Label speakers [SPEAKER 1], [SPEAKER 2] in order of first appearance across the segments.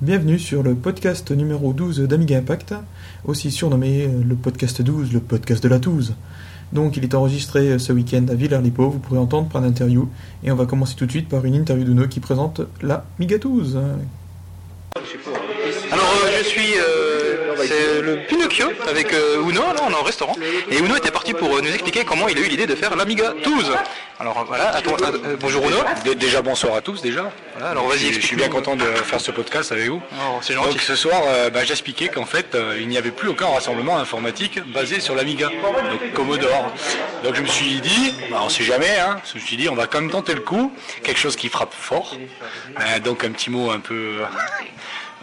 [SPEAKER 1] Bienvenue sur le podcast numéro 12 d'Amiga Impact, aussi surnommé euh, le podcast 12, le podcast de la touze. Donc il est enregistré euh, ce week-end à Villers-les-Paux, vous pourrez entendre par interview, et on va commencer tout de suite par une interview d'Uno qui présente la Miga 12.
[SPEAKER 2] Alors euh, je suis euh, c'est le Pinocchio avec euh, Uno, là on est en restaurant et Uno était parti pour euh, nous expliquer comment il a eu l'idée de faire l'Amiga 12. Alors euh, voilà, attends, att- euh, bonjour Uno.
[SPEAKER 3] Dé- Déjà bonsoir à tous déjà.
[SPEAKER 2] Voilà, alors vas-y,
[SPEAKER 3] Je, je suis
[SPEAKER 2] explique-nous.
[SPEAKER 3] bien content de faire ce podcast avec vous.
[SPEAKER 2] Oh, c'est gentil.
[SPEAKER 3] Donc ce soir, euh, bah, j'expliquais qu'en fait, euh, il n'y avait plus aucun rassemblement informatique basé sur l'Amiga, donc Commodore. Donc je me suis dit, bah, on sait jamais, hein, je me suis dit, on va quand même tenter le coup, quelque chose qui frappe fort. Euh, donc un petit mot un peu, euh,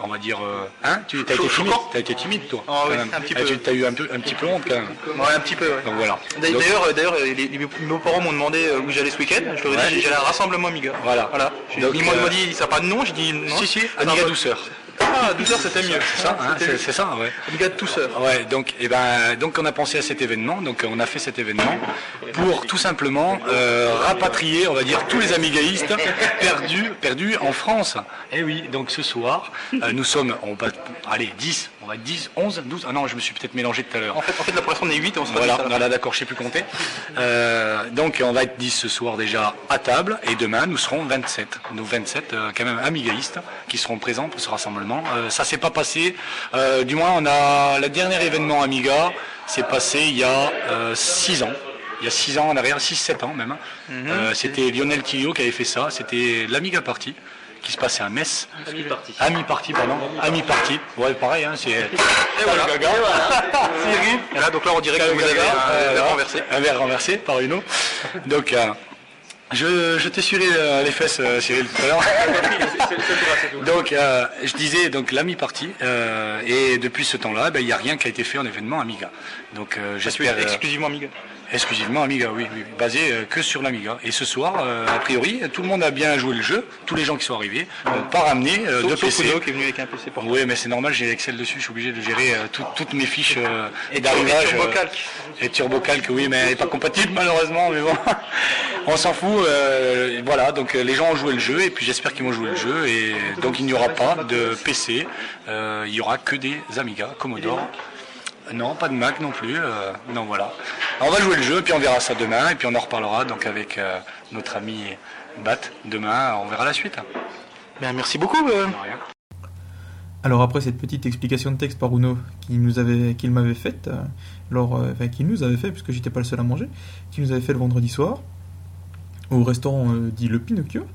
[SPEAKER 3] on va dire, euh, hein, tu as été, timide,
[SPEAKER 2] choquant.
[SPEAKER 3] T'as été timide toi.
[SPEAKER 2] Ah oui,
[SPEAKER 3] quand même.
[SPEAKER 2] un petit
[SPEAKER 3] Ah,
[SPEAKER 2] peu.
[SPEAKER 3] tu as eu un, peu, un petit peu honte quand même.
[SPEAKER 2] Ouais, un petit peu. ouais.
[SPEAKER 3] Donc voilà.
[SPEAKER 2] D'a-
[SPEAKER 3] Donc,
[SPEAKER 2] D'ailleurs, euh, d'ailleurs, euh, les, les- mes parents m'ont demandé euh, où j'allais ce week-end. Je leur ai
[SPEAKER 3] Ouais.
[SPEAKER 2] dit j'allais à un rassemblement Amiga.
[SPEAKER 3] Voilà.
[SPEAKER 2] Voilà. J'ai-
[SPEAKER 3] Donc,
[SPEAKER 2] ils m'ont ils m'ont
[SPEAKER 3] euh,
[SPEAKER 2] dit ça n'a pas de nom. J'ai dit non.
[SPEAKER 3] si, si,
[SPEAKER 2] Attends,
[SPEAKER 3] Amiga
[SPEAKER 2] bah,
[SPEAKER 3] douceur.
[SPEAKER 2] Ah, 12 heures, c'était mieux.
[SPEAKER 3] C'est ça, hein,
[SPEAKER 2] C'était
[SPEAKER 3] c'est c'est ça, ouais.
[SPEAKER 2] Amiga de douceur.
[SPEAKER 3] Ouais, donc, eh ben, donc on a pensé à cet événement, donc euh, on a fait cet événement pour tout simplement euh, rapatrier, on va dire, tous les amigaïstes perdus, perdus en France. Et oui, donc ce soir, euh, nous sommes, on va, allez, 10, on va être 10, 11, 12, ah non, je me suis peut-être mélangé tout à l'heure.
[SPEAKER 2] En fait, en fait, la première on est 8 et on se
[SPEAKER 3] Voilà,
[SPEAKER 2] rajoute à la-
[SPEAKER 3] voilà, d'accord, je sais plus compter. Euh, donc on va être 10 ce soir déjà à table et demain nous serons 27. Nous 27 euh, quand même amigaïstes qui seront présents pour ce rassemblement. Euh, ça s'est pas passé, euh, du moins on a le dernier événement Amiga s'est passé il y a 6 ans. Il y a 6 ans en arrière, 6-7 ans même. Euh, c'était Lionel Tillot qui avait fait ça, c'était l'Amiga Party qui se passait à Metz. Ami Party. Ami Party, pardon. Ami Party. Ouais, pareil, hein, c'est...
[SPEAKER 2] Et voilà. Et voilà. Cyril. Voilà, donc là, on dirait que vous avez euh, un- un verre renversé.
[SPEAKER 3] un verre renversé par une eau. Donc, euh, je, je t'ai suré euh, les fesses, euh, Cyril, tout à l'heure. donc, euh, je disais, donc l'ami parti, euh, et depuis ce temps-là, ben, il n'y a rien qui a été fait en événement Amiga. Donc,
[SPEAKER 2] Ah,
[SPEAKER 3] euh, j'espère. euh,
[SPEAKER 2] Exclusivement Amiga.
[SPEAKER 3] Exclusivement Amiga, oui, oui, oui. basé euh, que sur l'Amiga. Et ce soir, euh, a priori, tout le monde a bien joué le jeu, tous les gens qui sont arrivés, n'ont pas ramené euh, de
[SPEAKER 2] Sauf
[SPEAKER 3] PC.
[SPEAKER 2] Kudo qui est venu avec un PC pour
[SPEAKER 3] Oui, mais c'est normal, j'ai Excel dessus, je suis obligé de gérer euh, tout- toutes mes fiches euh,
[SPEAKER 2] Et
[SPEAKER 3] d'arrivage.
[SPEAKER 2] Turbo- et
[SPEAKER 3] euh,
[SPEAKER 2] TurboCalc.
[SPEAKER 3] et TurboCalc, oui, mais elle n'est pas compatible malheureusement, mais bon, on s'en fout. euh, voilà, donc euh, les gens ont joué le jeu, et puis j'espère qu'ils vont jouer le jeu, et donc il n'y aura pas de PC, euh, il y aura que des Amiga, Commodore. Non, pas de Mac non plus. euh, non, voilà. Alors, on va jouer le jeu, puis on verra ça demain, et puis on en reparlera donc avec euh, notre ami Bat demain. On verra la suite.
[SPEAKER 2] Bien, merci beaucoup. euh.
[SPEAKER 3] De rien.
[SPEAKER 1] Alors après cette petite explication de texte par Uno qui nous avait, qu'il m'avait faite, euh, lors, euh, enfin, qu'il nous avait fait puisque j'étais pas le seul à manger, qu'il nous avait fait le vendredi soir au restaurant euh, dit Le Pinocchio,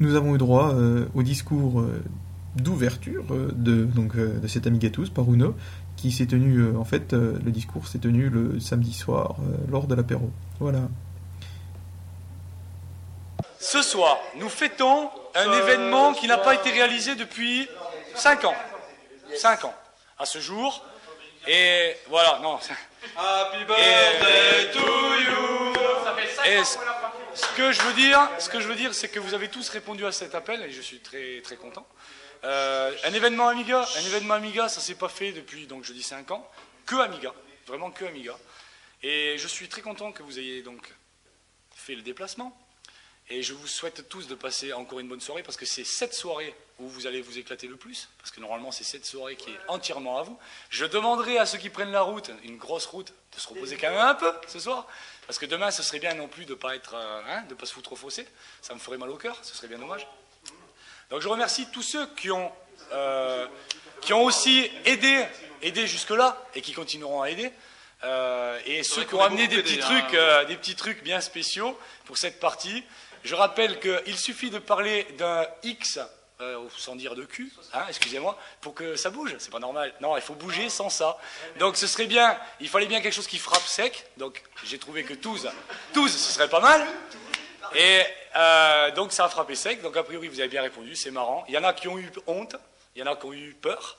[SPEAKER 1] nous avons eu droit euh, au discours euh, d'ouverture euh, de donc euh, de cet Amiga tous par Uno qui s'est tenu euh, en fait euh, le discours s'est tenu le samedi soir euh, lors de l'apéro. Voilà.
[SPEAKER 4] Ce soir, nous fêtons un événement qui n'a pas été réalisé depuis 5 ans. 5 ans à ce jour. Et voilà, non. Happy birthday to you. Et ce- ce que je veux dire, ce que je veux dire, c'est que vous avez tous répondu à cet appel et je suis très très content. Euh, un événement Amiga, un événement Amiga, ça s'est pas fait depuis donc je dis 5 ans, que Amiga, vraiment que Amiga. Et je suis très content que vous ayez donc fait le déplacement. Et je vous souhaite tous de passer encore une bonne soirée parce que c'est cette soirée où vous allez vous éclater le plus, parce que normalement c'est cette soirée qui est entièrement à vous. Je demanderai à ceux qui prennent la route, une grosse route, de se reposer quand même un peu ce soir, parce que demain ce serait bien non plus de pas être, euh, hein, de pas se foutre au fossé, ça me ferait mal au cœur, ce serait bien dommage. Donc je remercie tous ceux qui ont, euh, qui ont aussi aidé, aidé jusque-là et qui continueront à aider. Euh, et ceux qui ont amené des petits, trucs, euh, des petits trucs bien spéciaux pour cette partie. Je rappelle qu'il suffit de parler d'un X, euh, sans dire de Q, hein, excusez-moi, pour que ça bouge. C'est pas normal. Non, il faut bouger sans ça. Donc ce serait bien, il fallait bien quelque chose qui frappe sec. Donc j'ai trouvé que 12, 12, ce serait pas mal. Et euh, donc ça a frappé sec. Donc a priori vous avez bien répondu, c'est marrant. Il y en a qui ont eu honte, il y en a qui ont eu peur,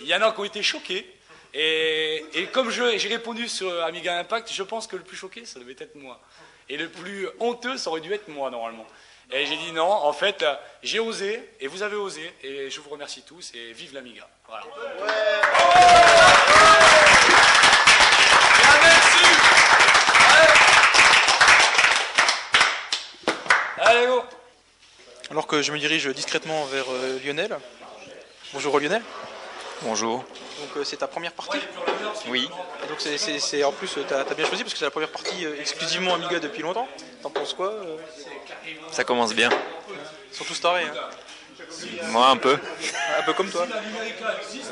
[SPEAKER 4] il y en a qui ont été choqués. Et, et comme je- j'ai répondu sur Amiga Impact, je pense que le plus choqué, ça devait être moi. Et le plus honteux, ça aurait dû être moi normalement. Et j'ai dit non, en fait, euh, j'ai osé, et vous avez osé, et je vous remercie tous, et vive l'Amiga. Voilà. Bien, merci. Allez, go
[SPEAKER 5] Alors que je me dirige discrètement vers euh, Lionel,
[SPEAKER 1] Bonjour Lionel.
[SPEAKER 6] Bonjour.
[SPEAKER 1] Donc euh, c'est ta première partie.
[SPEAKER 6] Oui.
[SPEAKER 1] Et donc c'est- c'est c'est- en plus euh, t'as as bien choisi parce que c'est la première partie euh, exclusivement Amiga depuis longtemps. T'en penses quoi euh
[SPEAKER 6] Ça commence bien.
[SPEAKER 1] Ils sont tous tarés, hein.
[SPEAKER 6] Moi un peu.
[SPEAKER 1] un peu comme toi.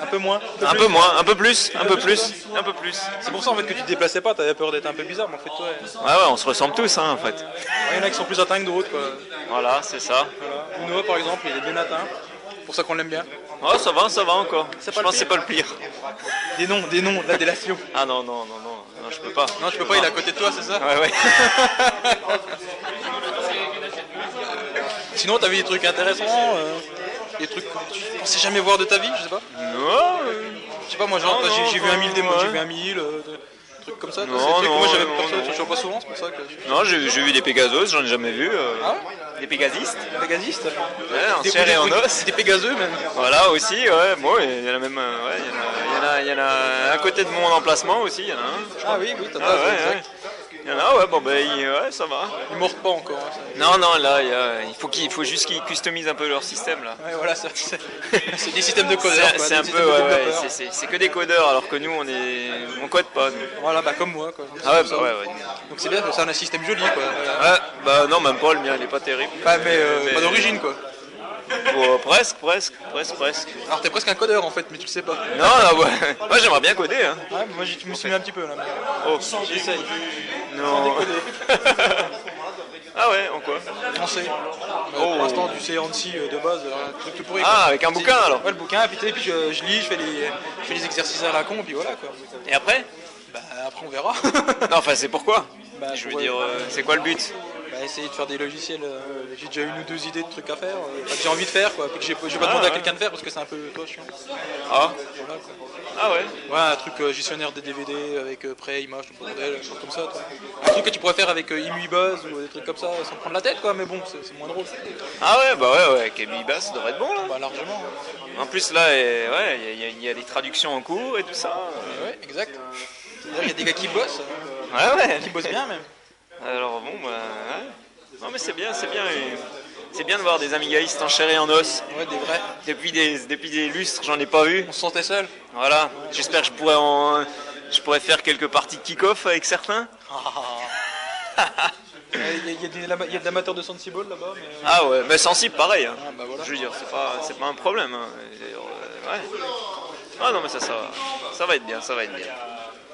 [SPEAKER 1] Un peu moins.
[SPEAKER 6] Un peu moins, un peu plus, un peu plus, un peu plus.
[SPEAKER 1] C'est pour ça en fait que tu te déplaçais pas, t'avais peur d'être un peu bizarre, mais en fait toi, euh,
[SPEAKER 6] Ah Ouais ouais, on se ressemble tous hein en fait.
[SPEAKER 1] il y en a qui sont plus atteints que d'autres. quoi.
[SPEAKER 6] Voilà, c'est ça.
[SPEAKER 1] Voilà. Uno par exemple, il est bien atteint, C'est pour ça qu'on l'aime bien.
[SPEAKER 6] Oh ça va, ça va encore. Je
[SPEAKER 1] pas le
[SPEAKER 6] pense que c'est pas le pire.
[SPEAKER 1] Des noms, des noms, la délation.
[SPEAKER 6] Ah non non non non, non je peux pas.
[SPEAKER 1] Non, je peux pas, il est à côté de toi, c'est ça
[SPEAKER 6] Ouais ouais.
[SPEAKER 1] Sinon, t'as vu des trucs intéressants, euh, des trucs que tu pensais jamais voir de ta vie, je sais pas.
[SPEAKER 6] Non, euh,
[SPEAKER 1] Je sais pas, moi genre,
[SPEAKER 6] Non,
[SPEAKER 1] j'ai-
[SPEAKER 6] non,
[SPEAKER 1] j'ai vu un
[SPEAKER 6] non,
[SPEAKER 1] mille des j'ai
[SPEAKER 6] ouais.
[SPEAKER 1] vu un mille, euh, des trucs comme ça. toi,
[SPEAKER 6] Non,
[SPEAKER 1] c'est des trucs que moi
[SPEAKER 6] non,
[SPEAKER 1] j'avais
[SPEAKER 6] non,
[SPEAKER 1] perso,
[SPEAKER 6] non.
[SPEAKER 1] je vois pas souvent, c'est pour ça que je
[SPEAKER 6] non j'ai j'ai vu des Pégasos, j'en ai jamais vu. euh,
[SPEAKER 1] Ah
[SPEAKER 6] des Pégasistes
[SPEAKER 1] pégasiste.
[SPEAKER 6] Ouais, en
[SPEAKER 1] Des-
[SPEAKER 6] chair et en
[SPEAKER 1] des-
[SPEAKER 6] os.
[SPEAKER 1] Des pégaseux même.
[SPEAKER 6] Voilà aussi, ouais, bon, il y en a même, euh, ouais, il y en a- il y en a, il y en a à côté de mon emplacement aussi, il y en a un.
[SPEAKER 1] Ah oui, oui, t'as
[SPEAKER 6] Ah
[SPEAKER 1] pas,
[SPEAKER 6] ouais,
[SPEAKER 1] exact.
[SPEAKER 6] ouais. Il y en a, ouais, bon ben, il- ouais, ça va.
[SPEAKER 1] Ils mordent pas encore. hein, ça.
[SPEAKER 6] Non, non, là, il, y a- il faut qu'il faut juste qu'ils customisent un peu leur système là.
[SPEAKER 1] Ouais, voilà, ça, c'est c'est des systèmes de codeurs.
[SPEAKER 6] C'est
[SPEAKER 1] quoi,
[SPEAKER 6] c'est
[SPEAKER 1] des
[SPEAKER 6] un
[SPEAKER 1] systèmes
[SPEAKER 6] peu,
[SPEAKER 1] de
[SPEAKER 6] ouais, ouais,
[SPEAKER 1] développeurs.
[SPEAKER 6] c'est- c'est c'est que des codeurs, alors que nous, on est, on code pas. nous.
[SPEAKER 1] Voilà, bah comme moi. Quoi.
[SPEAKER 6] Ah ouais, bah ouais, ouais.
[SPEAKER 1] Donc c'est bien, c'est un système joli. quoi. Voilà.
[SPEAKER 6] Ouais, bah non, même pas le mien, il est pas terrible.
[SPEAKER 1] Pas, mais, euh,
[SPEAKER 6] Mais-
[SPEAKER 1] pas d'origine quoi.
[SPEAKER 6] Bon, presque, presque, presque, presque.
[SPEAKER 1] Alors t'es presque un codeur en fait, mais tu le sais pas.
[SPEAKER 6] Non, non, ouais, moi j'aimerais bien coder, hein.
[SPEAKER 1] Ouais, moi j'y- je me suis mis un petit peu là. mais-
[SPEAKER 6] Oh,
[SPEAKER 1] J'essaye.
[SPEAKER 6] non. Ah ouais, en quoi
[SPEAKER 1] On sait. Pour l'instant, tu sais Annecy euh, de base, euh, un truc tout pourri.
[SPEAKER 6] Oh. Ah,
[SPEAKER 1] quoi.
[SPEAKER 6] avec un
[SPEAKER 1] C'est-
[SPEAKER 6] bouquin, alors.
[SPEAKER 1] Ouais, le bouquin, et puis, tu sais, puis je, je lis, je fais, des, je fais des exercices à la con, puis voilà quoi.
[SPEAKER 6] Et après
[SPEAKER 1] Bah, après on verra.
[SPEAKER 6] Non, enfin, c'est pourquoi
[SPEAKER 1] Bah,
[SPEAKER 6] Je veux
[SPEAKER 1] pour-
[SPEAKER 6] dire, euh, c'est quoi le but
[SPEAKER 1] Bah, essayer de faire des logiciels. euh, j'ai déjà une ou deux idées de trucs à faire, euh, enfin, que j'ai envie de faire quoi. Puis que j'ai- je vais pas
[SPEAKER 6] Ah,
[SPEAKER 1] demander à
[SPEAKER 6] ouais.
[SPEAKER 1] quelqu'un de faire parce que c'est un peu toi, chiant.
[SPEAKER 6] Ah,
[SPEAKER 1] Voilà, quoi.
[SPEAKER 6] ah ouais
[SPEAKER 1] Ouais, un truc euh, gestionnaire des DVD avec euh, prêt, image, tout le bordel, choses comme ça. quoi. Un truc que tu pourrais faire avec euh, Imuibuzz ou des trucs comme ça sans prendre la tête quoi, mais bon, c'est c'est moins drôle.
[SPEAKER 6] Ah ouais, bah ouais, ouais, Camille Bass devrait être bon là.
[SPEAKER 1] Bah, largement. hein.
[SPEAKER 6] En plus, là, eh, ouais, il y a- il y, a des traductions en cours et tout ça.
[SPEAKER 1] Ah Ouais, exact. C'est-à-dire qu'il y a des gars qui bossent,
[SPEAKER 6] Ouais, ouais.
[SPEAKER 1] qui bossent bien même.
[SPEAKER 6] Alors bon, bah. ouais. Non, mais c'est bien, c'est bien. et C'est bien de voir des amigaïstes en chair et en os.
[SPEAKER 1] Ouais, des vrais.
[SPEAKER 6] Depuis des, depuis des lustres, j'en ai pas vu.
[SPEAKER 1] On se sentait seul.
[SPEAKER 6] Voilà, j'espère que je pourrais, en, je pourrais faire quelques parties de kick-off avec certains.
[SPEAKER 1] Ah. Il y, a- il y a des lama- il y a de l'amateurs de Sensible là-bas, mais. euh,
[SPEAKER 6] Ah ouais, mais sensible, pareil. hein.
[SPEAKER 1] Ah, bah voilà.
[SPEAKER 6] Je veux dire, c'est pas, c'est pas un problème. hein. D'ailleurs, euh, ouais. Ah non, mais ça, ça, va. ça va être bien, ça va être bien.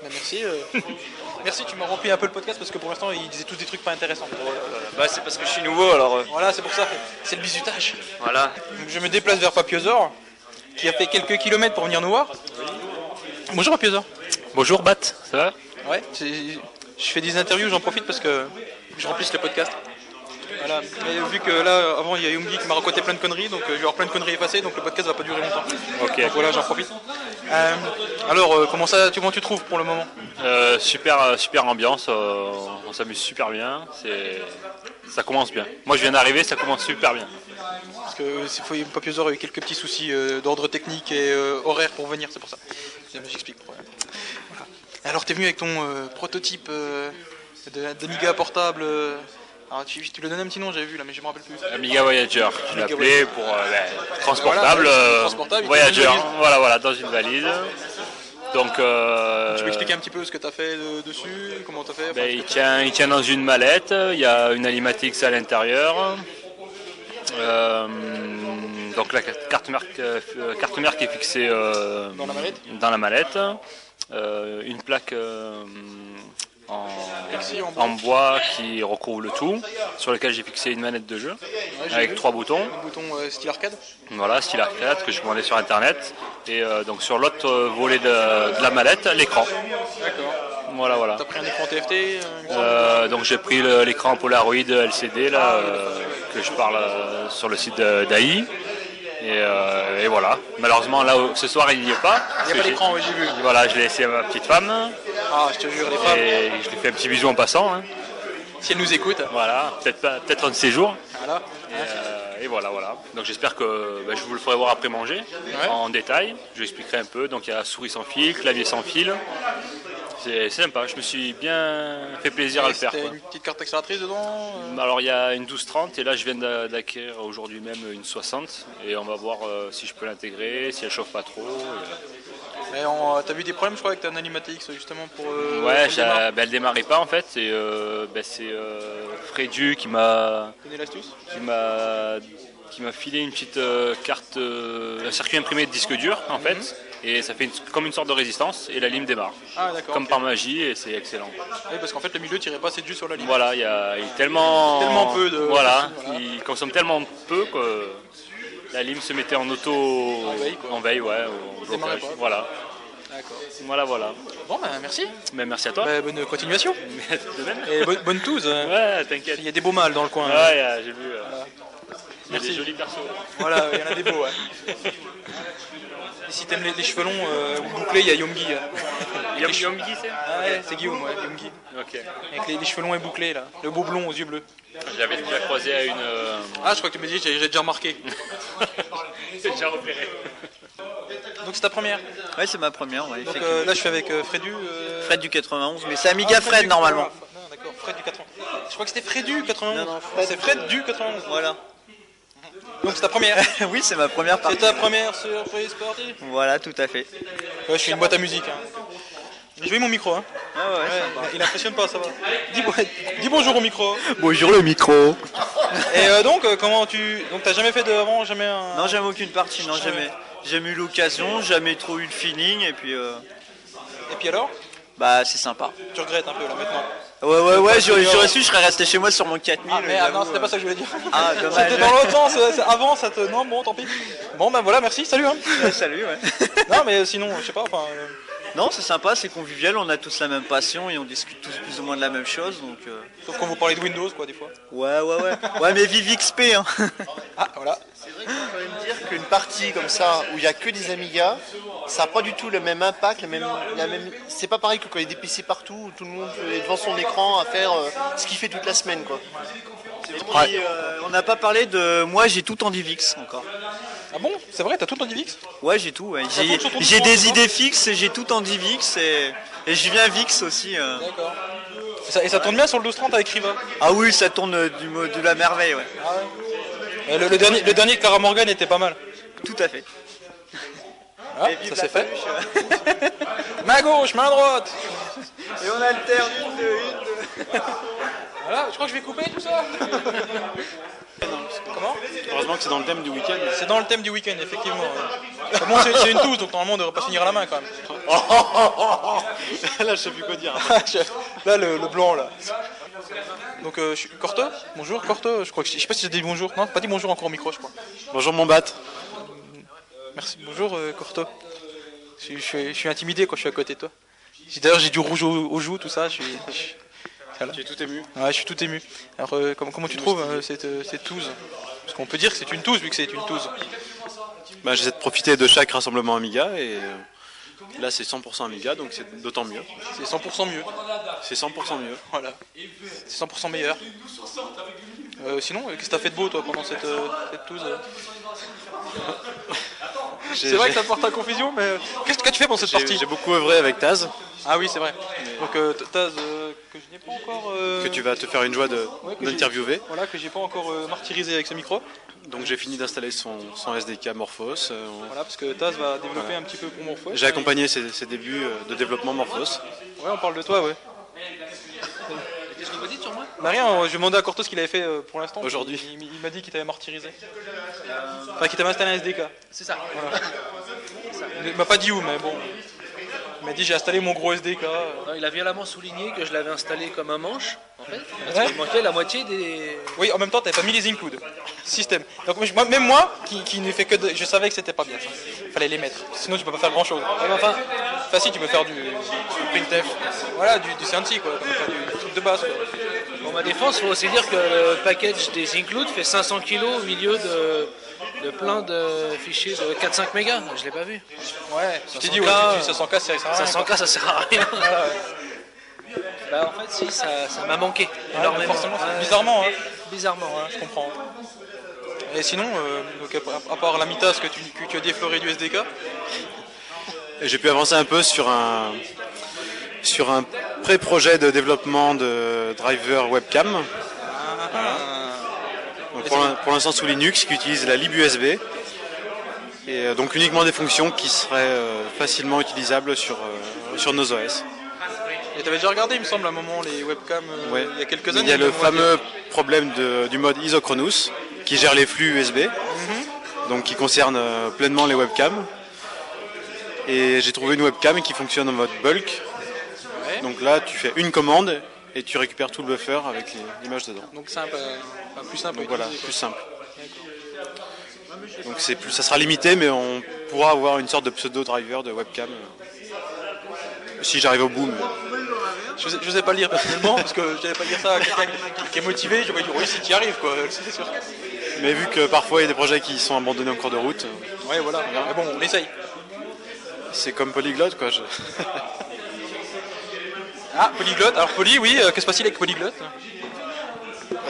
[SPEAKER 1] bah, merci. euh, merci, tu m'as rempli un peu le podcast parce que pour l'instant ils disaient tous des trucs pas intéressants.
[SPEAKER 6] Bah, c'est parce que je suis nouveau, alors euh,
[SPEAKER 1] Voilà, c'est pour ça. C'est le bisutage.
[SPEAKER 6] voilà.
[SPEAKER 1] Donc, je me déplace vers Papiosor, qui a fait quelques kilomètres pour venir nous voir. Bonjour Papiosor.
[SPEAKER 7] Bonjour Bat, ça va
[SPEAKER 1] Ouais, c'est- je fais des interviews, j'en profite parce que je remplisse le podcast. Voilà. Mais vu que là, avant, il y a Youngi qui m'a raconté plein de conneries, donc euh, je vais avoir plein de conneries effacées, donc le podcast va pas durer longtemps.
[SPEAKER 7] Ok.
[SPEAKER 1] Donc voilà, j'en profite. Euh, alors, euh, comment ça, tu- comment tu trouves pour le moment
[SPEAKER 7] Euh, Super, euh, super ambiance, euh, on s'amuse super bien, c'est- ça commence bien. Moi je viens d'arriver, ça commence super bien.
[SPEAKER 1] Parce que c'est- faut- Papiosor a eu quelques petits soucis euh, d'ordre technique et euh, horaire pour venir, c'est pour ça. J'explique. pourquoi. Voilà. Alors, t'es venu avec ton euh, prototype euh, de- d'Amiga portable. euh, alors, tu, tu le donnais un petit nom, j'avais vu là, mais je me rappelle plus.
[SPEAKER 7] Amiga Voyager, je l'ai appelé pour euh, ben, transportable,
[SPEAKER 1] Voilà,
[SPEAKER 7] euh,
[SPEAKER 1] transportable,
[SPEAKER 7] Voyager,
[SPEAKER 1] dans une valise.
[SPEAKER 7] voilà, voilà, dans une valise. Donc, euh,
[SPEAKER 1] Tu peux expliquer un petit peu ce que t'as fait euh, dessus, comment t'as fait enfin,
[SPEAKER 7] ben,
[SPEAKER 1] ce que
[SPEAKER 7] il, tient, il tient dans une mallette, il y a une Alimatix à l'intérieur. Euh, donc la carte mère, carte mère qui est fixée euh,
[SPEAKER 1] Dans la mallette
[SPEAKER 7] dans la mallette. Euh, une plaque euh, en,
[SPEAKER 1] Plexi en bois.
[SPEAKER 7] en bois qui recouvre le tout, sur lequel j'ai fixé une manette de jeu
[SPEAKER 1] j'ai
[SPEAKER 7] avec
[SPEAKER 1] vu.
[SPEAKER 7] trois boutons.
[SPEAKER 1] bouton euh, style arcade.
[SPEAKER 7] Voilà, style arcade que je commandais sur internet. Et euh, donc sur l'autre euh, volet de, de la mallette, l'écran.
[SPEAKER 1] D'accord.
[SPEAKER 7] Voilà, voilà.
[SPEAKER 1] T'as pris un écran TFT euh, il me semble.
[SPEAKER 7] Euh, donc j'ai pris le- l'écran Polaroid LCD là, euh, que je parle euh, sur le site de- d'AI. Et, euh, et voilà. Malheureusement, là ce soir il n'y est pas.
[SPEAKER 1] Il n'y a pas l'écran, ouais, j'ai vu.
[SPEAKER 7] Voilà, je l'ai laissé à ma petite femme
[SPEAKER 1] Ah, je te jure, les femmes,
[SPEAKER 7] et je lui fais un petit bisou en passant. hein.
[SPEAKER 1] si elles nous écoutent, hein.
[SPEAKER 7] Voilà, peut-être pas- peut-être un de ces jours.
[SPEAKER 1] voilà.
[SPEAKER 7] Et, euh, et voilà, voilà. Donc j'espère que bah, je vous le ferai voir après manger
[SPEAKER 1] Ouais.
[SPEAKER 7] en détail. Je vous expliquerai un peu. Donc il y a souris sans fil, clavier sans fil. C'est c'est sympa, je me suis bien fait plaisir à le faire.
[SPEAKER 8] C'était
[SPEAKER 7] quoi.
[SPEAKER 8] une petite carte accélératrice dedans euh,
[SPEAKER 7] Alors il y a une 1230 et là je viens d'a- d'acquérir aujourd'hui même une 60 et on va voir euh, si je peux l'intégrer, si elle chauffe pas trop. et,
[SPEAKER 8] mais on, euh, T'as vu des problèmes, je crois, avec ta Animatix justement pour.
[SPEAKER 7] euh,
[SPEAKER 8] euh,
[SPEAKER 7] Ouais,
[SPEAKER 8] pour
[SPEAKER 7] j'a-
[SPEAKER 8] démarrer
[SPEAKER 7] ben, elle démarrait pas en fait et euh, ben, c'est euh, Frédu qui m'a
[SPEAKER 8] Donner l'astuce
[SPEAKER 7] qui m'a qui m'a filé une petite euh, carte, euh, un circuit imprimé de disque dur en fait et ça fait une- comme une sorte de résistance et la lime démarre
[SPEAKER 8] Mhm. Ah, d'accord.
[SPEAKER 7] comme
[SPEAKER 8] ok.
[SPEAKER 7] par magie et c'est excellent.
[SPEAKER 8] Oui, parce qu'en fait, le milieu tirait pas assez dessus sur la ligne.
[SPEAKER 7] Voilà, il y a il y a tellement,
[SPEAKER 8] Tellement peu de-
[SPEAKER 7] Voilà,
[SPEAKER 8] voilà.
[SPEAKER 7] il consomme tellement peu que la lime se mettait en auto. En
[SPEAKER 8] veille, quoi.
[SPEAKER 7] ouais, au
[SPEAKER 8] démarrait
[SPEAKER 7] blocage.
[SPEAKER 8] pas.
[SPEAKER 7] Voilà. Voilà, voilà.
[SPEAKER 8] Bon, ben merci.
[SPEAKER 7] Mais merci à toi.
[SPEAKER 8] Bah, bonne continuation.
[SPEAKER 7] De même.
[SPEAKER 8] Et bonne, bonne touze. euh.
[SPEAKER 7] Ouais,
[SPEAKER 8] Il
[SPEAKER 7] t'inquiète.
[SPEAKER 8] y a des beaux mâles dans le coin.
[SPEAKER 7] Ouais,
[SPEAKER 8] euh.
[SPEAKER 7] euh, j'ai vu. euh, Il y a des
[SPEAKER 8] Merci.
[SPEAKER 7] jolis persos.
[SPEAKER 8] Voilà, il y en a des beaux, ouais. Et si t'aimes les, les cheveux longs euh, ou bouclés, il y a Yomgi. là.
[SPEAKER 7] Yom Yomgi, c'est
[SPEAKER 8] Ah ouais, c'est Guillaume, ouais, Yomgi.
[SPEAKER 7] Ok.
[SPEAKER 8] Avec les, les cheveux longs et bouclés, là. Le beau blond aux yeux bleus.
[SPEAKER 7] Je l'avais déjà croisé à une. euh,
[SPEAKER 8] Ah, je crois que tu me dis, j'ai j'ai déjà remarqué.
[SPEAKER 7] C'est déjà repéré.
[SPEAKER 8] Donc c'est ta première.
[SPEAKER 9] Ouais, c'est ma première, ouais,
[SPEAKER 8] Donc
[SPEAKER 9] effectivement.
[SPEAKER 8] euh, là, je suis avec euh, Frédu. euh,
[SPEAKER 9] Fred du 91, mais c'est
[SPEAKER 8] ah,
[SPEAKER 9] Amiga Fred
[SPEAKER 8] du-
[SPEAKER 9] normalement.
[SPEAKER 8] Non, d'accord, Fred du 91. Je crois que c'était Frédu 91.
[SPEAKER 9] Non, non, Fred-
[SPEAKER 8] C'est Fred du 91.
[SPEAKER 9] Voilà.
[SPEAKER 8] Donc c'est ta première.
[SPEAKER 9] oui, c'est ma première
[SPEAKER 8] c'est
[SPEAKER 9] partie.
[SPEAKER 8] ta première surprise party.
[SPEAKER 9] Voilà, tout à fait.
[SPEAKER 8] Ouais, je suis une boîte à musique. hein. J'ai vu mon micro, hein.
[SPEAKER 9] Ah ouais,
[SPEAKER 8] Ouais,
[SPEAKER 9] sympa.
[SPEAKER 8] il impressionne pas, ça va. Dis, bo- dis bonjour au micro.
[SPEAKER 9] Bonjour le micro.
[SPEAKER 8] Et euh, donc, euh, comment tu. Donc, t'as jamais fait de avant, jamais un.
[SPEAKER 9] Non, jamais aucune partie, non,
[SPEAKER 8] Jamais.
[SPEAKER 9] jamais. Jamais eu l'occasion, jamais trop eu le feeling, et puis euh,
[SPEAKER 8] Et puis alors
[SPEAKER 9] bah c'est sympa.
[SPEAKER 8] Tu regrettes un peu là maintenant. euh,
[SPEAKER 9] Ouais, ouais, ouais, j'aurais j'aurais su, je serais resté chez moi sur mon 4000.
[SPEAKER 8] Ah, mais ah,
[SPEAKER 9] j'avoue,
[SPEAKER 8] non, c'était
[SPEAKER 9] euh.
[SPEAKER 8] pas ça que je voulais dire.
[SPEAKER 9] Ah, dommage.
[SPEAKER 8] C'était dans l'autre sens. euh, c'est- Avant, ça te. Non, bon, tant pis. Bon, ben voilà, merci, salut. Hein.
[SPEAKER 9] Ouais, Salut, ouais.
[SPEAKER 8] Non, mais sinon, je sais pas, enfin. euh,
[SPEAKER 9] non, c'est sympa, c'est convivial, on a tous la même passion et on discute tous plus ou moins de la même chose, donc. euh,
[SPEAKER 8] Sauf quand vous parlez de Windows, quoi, des fois.
[SPEAKER 9] Ouais, ouais, ouais. Ouais, mais vive XP, hein.
[SPEAKER 8] Ah, voilà.
[SPEAKER 10] C'est vrai qu'il faut quand même dire qu'une partie comme ça, où il n'y a que des Amiga, ça n'a pas du tout le même impact, la même, la même... c'est pas pareil que quand il y a des PC partout, où tout le monde est devant son écran à faire euh, ce qu'il fait toute la semaine. quoi.
[SPEAKER 9] Et puis, euh, on n'a pas parlé de. Moi, j'ai tout en DivX encore.
[SPEAKER 8] Ah bon C'est vrai, t'as tout ton DivX
[SPEAKER 9] Ouais, j'ai tout. ouais. J'ai-
[SPEAKER 8] tourne sur ton
[SPEAKER 9] J'ai
[SPEAKER 8] courant,
[SPEAKER 9] des
[SPEAKER 8] toi
[SPEAKER 9] idées fixes et j'ai tout en DivX et, et je viens VIX aussi. euh.
[SPEAKER 8] D'accord. Et ça, et ça tourne bien sur le 1230 avec Riva.
[SPEAKER 9] Ah oui, ça tourne euh, du mo- de la merveille, ouais.
[SPEAKER 8] Euh, le, le dernier, le dernier de Clara Morgan était pas mal.
[SPEAKER 9] Tout à fait.
[SPEAKER 8] Ah,
[SPEAKER 9] Et vive
[SPEAKER 8] ça
[SPEAKER 9] la
[SPEAKER 8] c'est fait.
[SPEAKER 9] paluche.
[SPEAKER 8] Main gauche, main droite.
[SPEAKER 9] Et on alterne une, deux, une, deux.
[SPEAKER 8] Voilà, je crois que je vais couper tout ça. Comment
[SPEAKER 6] Heureusement que c'est dans le thème du week-end.
[SPEAKER 8] C'est dans le thème du week-end, effectivement. ouais. Mais Bon, c'est c'est une touche, donc normalement on devrait pas finir à la main quand même.
[SPEAKER 6] Là, je sais plus quoi dire.
[SPEAKER 8] là, le, le blanc, là. Donc, euh, je suis Corto Bonjour, Corto. Je crois que je sais pas si j'ai dit bonjour. Non, j'ai pas dit bonjour encore au micro, je crois.
[SPEAKER 6] Bonjour mon bat.
[SPEAKER 8] Merci. Bonjour, euh, Corto. Je, je suis- je suis intimidé quand je suis à côté de toi. J'ai- D'ailleurs, j'ai du rouge aux, aux joues, tout ça. Je suis, je- voilà.
[SPEAKER 6] Tu es tout ému.
[SPEAKER 8] Ouais, je suis tout ému. Alors, euh, comment, comment tu trouves euh, cette, euh, cette touze Parce qu'on peut dire que c'est une touze vu que c'est une touze.
[SPEAKER 6] Bah, J'essaie de profiter de chaque rassemblement Amiga et euh, là c'est 100% Amiga donc c'est d'autant mieux.
[SPEAKER 8] C'est 100% mieux.
[SPEAKER 6] C'est 100% mieux.
[SPEAKER 8] Voilà. C'est 100% meilleur. Euh, sinon, euh, qu'est-ce que t'as fait de beau toi pendant cette, euh, cette touze euh
[SPEAKER 6] J'ai-
[SPEAKER 8] C'est vrai que
[SPEAKER 6] j'ai-
[SPEAKER 8] ça porte à confusion, mais euh, qu'est-ce que tu fais pendant cette
[SPEAKER 6] j'ai-
[SPEAKER 8] partie
[SPEAKER 6] J'ai beaucoup œuvré avec Taz
[SPEAKER 8] Ah oui, c'est vrai. Donc euh, t- Taz, euh, que je n'ai pas encore. euh,
[SPEAKER 6] que tu vas te faire une joie de-
[SPEAKER 8] Ouais, que j'ai-
[SPEAKER 6] d'interviewer.
[SPEAKER 8] Voilà, que j'ai pas encore euh, martyrisé avec ce micro.
[SPEAKER 6] Donc j'ai fini d'installer son, son SDK Morphos. euh, on-
[SPEAKER 8] Voilà, parce que Taz va développer un petit peu pour mon fouet.
[SPEAKER 6] J'ai accompagné ses, ses débuts euh, de développement Morphos.
[SPEAKER 8] Ouais, on parle de toi, ouais. Qu'est-ce que vous dites sur moi Bah rien, euh, je demandais à Corto ce qu'il avait fait euh, pour l'instant.
[SPEAKER 6] Aujourd'hui.
[SPEAKER 8] Il, il m'a dit qu'il t'avait martyrisé. Enfin, qu'il t'avait installé un SDK. C'est ça. Il m'a pas dit où, mais bon. Il m'a dit j'ai installé mon gros SDK. euh.
[SPEAKER 11] Non, il a violemment souligné que je l'avais installé comme un manche, en fait. Parce
[SPEAKER 8] Ouais.
[SPEAKER 11] qu'il manquait la moitié des.
[SPEAKER 8] Oui, en même temps, t'avais pas mis les includes. Système. Donc moi, je- moi- même moi, qui, qui ne fait que, de- je savais que c'était pas bien. Ça. Fallait les mettre. Sinon, tu peux pas faire grand chose. enfin, enfin, si, tu peux faire du, du printf. Voilà, du, du Sciency, quoi. Tu peux faire du, du truc de base. quoi.
[SPEAKER 11] Pour ma défense, il faut aussi dire que le package des Include fait 500 kilos au milieu de, de plein de fichiers de 4-5 mégas. Je l'ai pas vu.
[SPEAKER 8] Ouais, tu t'es dit,
[SPEAKER 11] 500K,
[SPEAKER 8] ouais,
[SPEAKER 10] euh,
[SPEAKER 8] tu te dis 500K, c'est ça. Ah sert à rien,
[SPEAKER 11] 500K, ça sert à rien. Bah, en fait, si, ça ça m'a manqué.
[SPEAKER 8] quoi. Ouais,
[SPEAKER 11] énormément.
[SPEAKER 8] forcément, c'est-
[SPEAKER 11] Ouais,
[SPEAKER 8] bizarrement, hein.
[SPEAKER 11] Bizarrement,
[SPEAKER 8] Ouais, je comprends. Et sinon, euh, donc, à, à part la mitas que tu, que tu as défloré du SDK,
[SPEAKER 6] Et j'ai pu avancer un peu sur un,
[SPEAKER 10] sur un pré-projet de développement de driver webcam. Voilà. Donc, pour l'in- pour l'instant sous Linux, qui utilise la libUSB. Et euh, donc uniquement des fonctions qui seraient euh, facilement utilisables sur, euh, sur nos OS.
[SPEAKER 2] Et t'avais déjà regardé, il me semble, à un moment, les webcams euh,
[SPEAKER 10] Ouais.
[SPEAKER 2] il y a quelques
[SPEAKER 10] Il
[SPEAKER 2] années.
[SPEAKER 10] y a le
[SPEAKER 2] même, on va dire.
[SPEAKER 10] fameux problème de- du mode Isochronous qui gère les flux USB,
[SPEAKER 2] Mhm.
[SPEAKER 10] donc qui concerne euh, pleinement les webcams. Et j'ai trouvé une webcam qui fonctionne en mode bulk. Donc là, tu fais une commande et tu récupères tout le buffer avec les- l'image dedans.
[SPEAKER 2] Donc simple, euh, enfin, plus simple. à
[SPEAKER 10] Donc voilà,
[SPEAKER 2] utiliser, quoi.
[SPEAKER 10] plus simple. Donc c'est plus, ça sera limité, mais on pourra avoir une sorte de pseudo driver de webcam. euh, Si j'arrive au bout. mais-
[SPEAKER 2] Je sais, je sais pas lire personnellement parce que je savais pas dire ça à quelqu'un qui est motivé. Je vais dire oui, si tu y arrives quoi, c'est sûr.
[SPEAKER 10] Mais vu que parfois il y a des projets qui sont abandonnés en cours de route, euh,
[SPEAKER 2] Ouais, voilà. Mais bon, on essaye.
[SPEAKER 10] c'est comme polyglotte quoi. je-
[SPEAKER 2] Ah, polyglotte. Alors, poly, oui, euh, que se passe-t-il avec polyglotte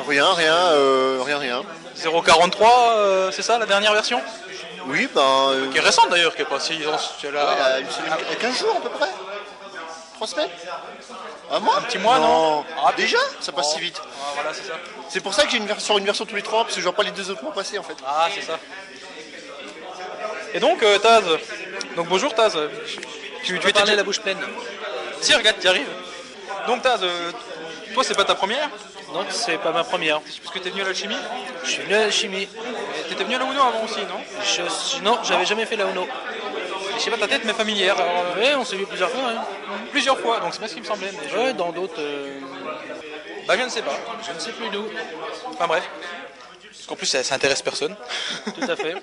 [SPEAKER 12] Rien, rien, euh, rien, rien.
[SPEAKER 2] 043, euh, c'est ça la dernière version
[SPEAKER 12] Oui, ben.
[SPEAKER 2] Qui est récente d'ailleurs, qui est pas si. Elle a,
[SPEAKER 12] Il y a 15 jours à peu près 3 semaines Un mois Un
[SPEAKER 2] petit mois, non Ah,
[SPEAKER 12] Déjà Ça passe si vite.
[SPEAKER 2] Ah, voilà, c'est ça.
[SPEAKER 12] C'est pour ça que j'ai une version, une version tous les 3 mois, parce que je vois pas les deux autres mois passer en fait.
[SPEAKER 2] Ah, c'est ça. Et donc, euh, Taz. Donc, bonjour Taz. Tu, tu étais déjà la
[SPEAKER 8] bouche pleine.
[SPEAKER 2] Si, regarde, tu arrives. Donc, Taz, euh, toi, c'est pas ta première
[SPEAKER 8] Non, c'est pas ma première.
[SPEAKER 2] Parce que t'es venu à l'alchimie
[SPEAKER 8] Je suis venu à la chimie.
[SPEAKER 2] T'étais venu à la Uno avant aussi, non
[SPEAKER 8] Je- non, j'avais jamais fait la Uno.
[SPEAKER 2] Je sais pas, ta tête m'est familière. alors, euh,
[SPEAKER 8] Ouais, on s'est vu plusieurs fois. hein.
[SPEAKER 2] Plusieurs fois, donc c'est pas ce qui me semblait. mais je-
[SPEAKER 8] Ouais, dans d'autres. euh,
[SPEAKER 2] Bah, je ne sais pas.
[SPEAKER 8] je ne sais plus d'où.
[SPEAKER 2] Enfin, bref. Parce qu'en plus, ça, ça intéresse personne.
[SPEAKER 8] Tout à fait.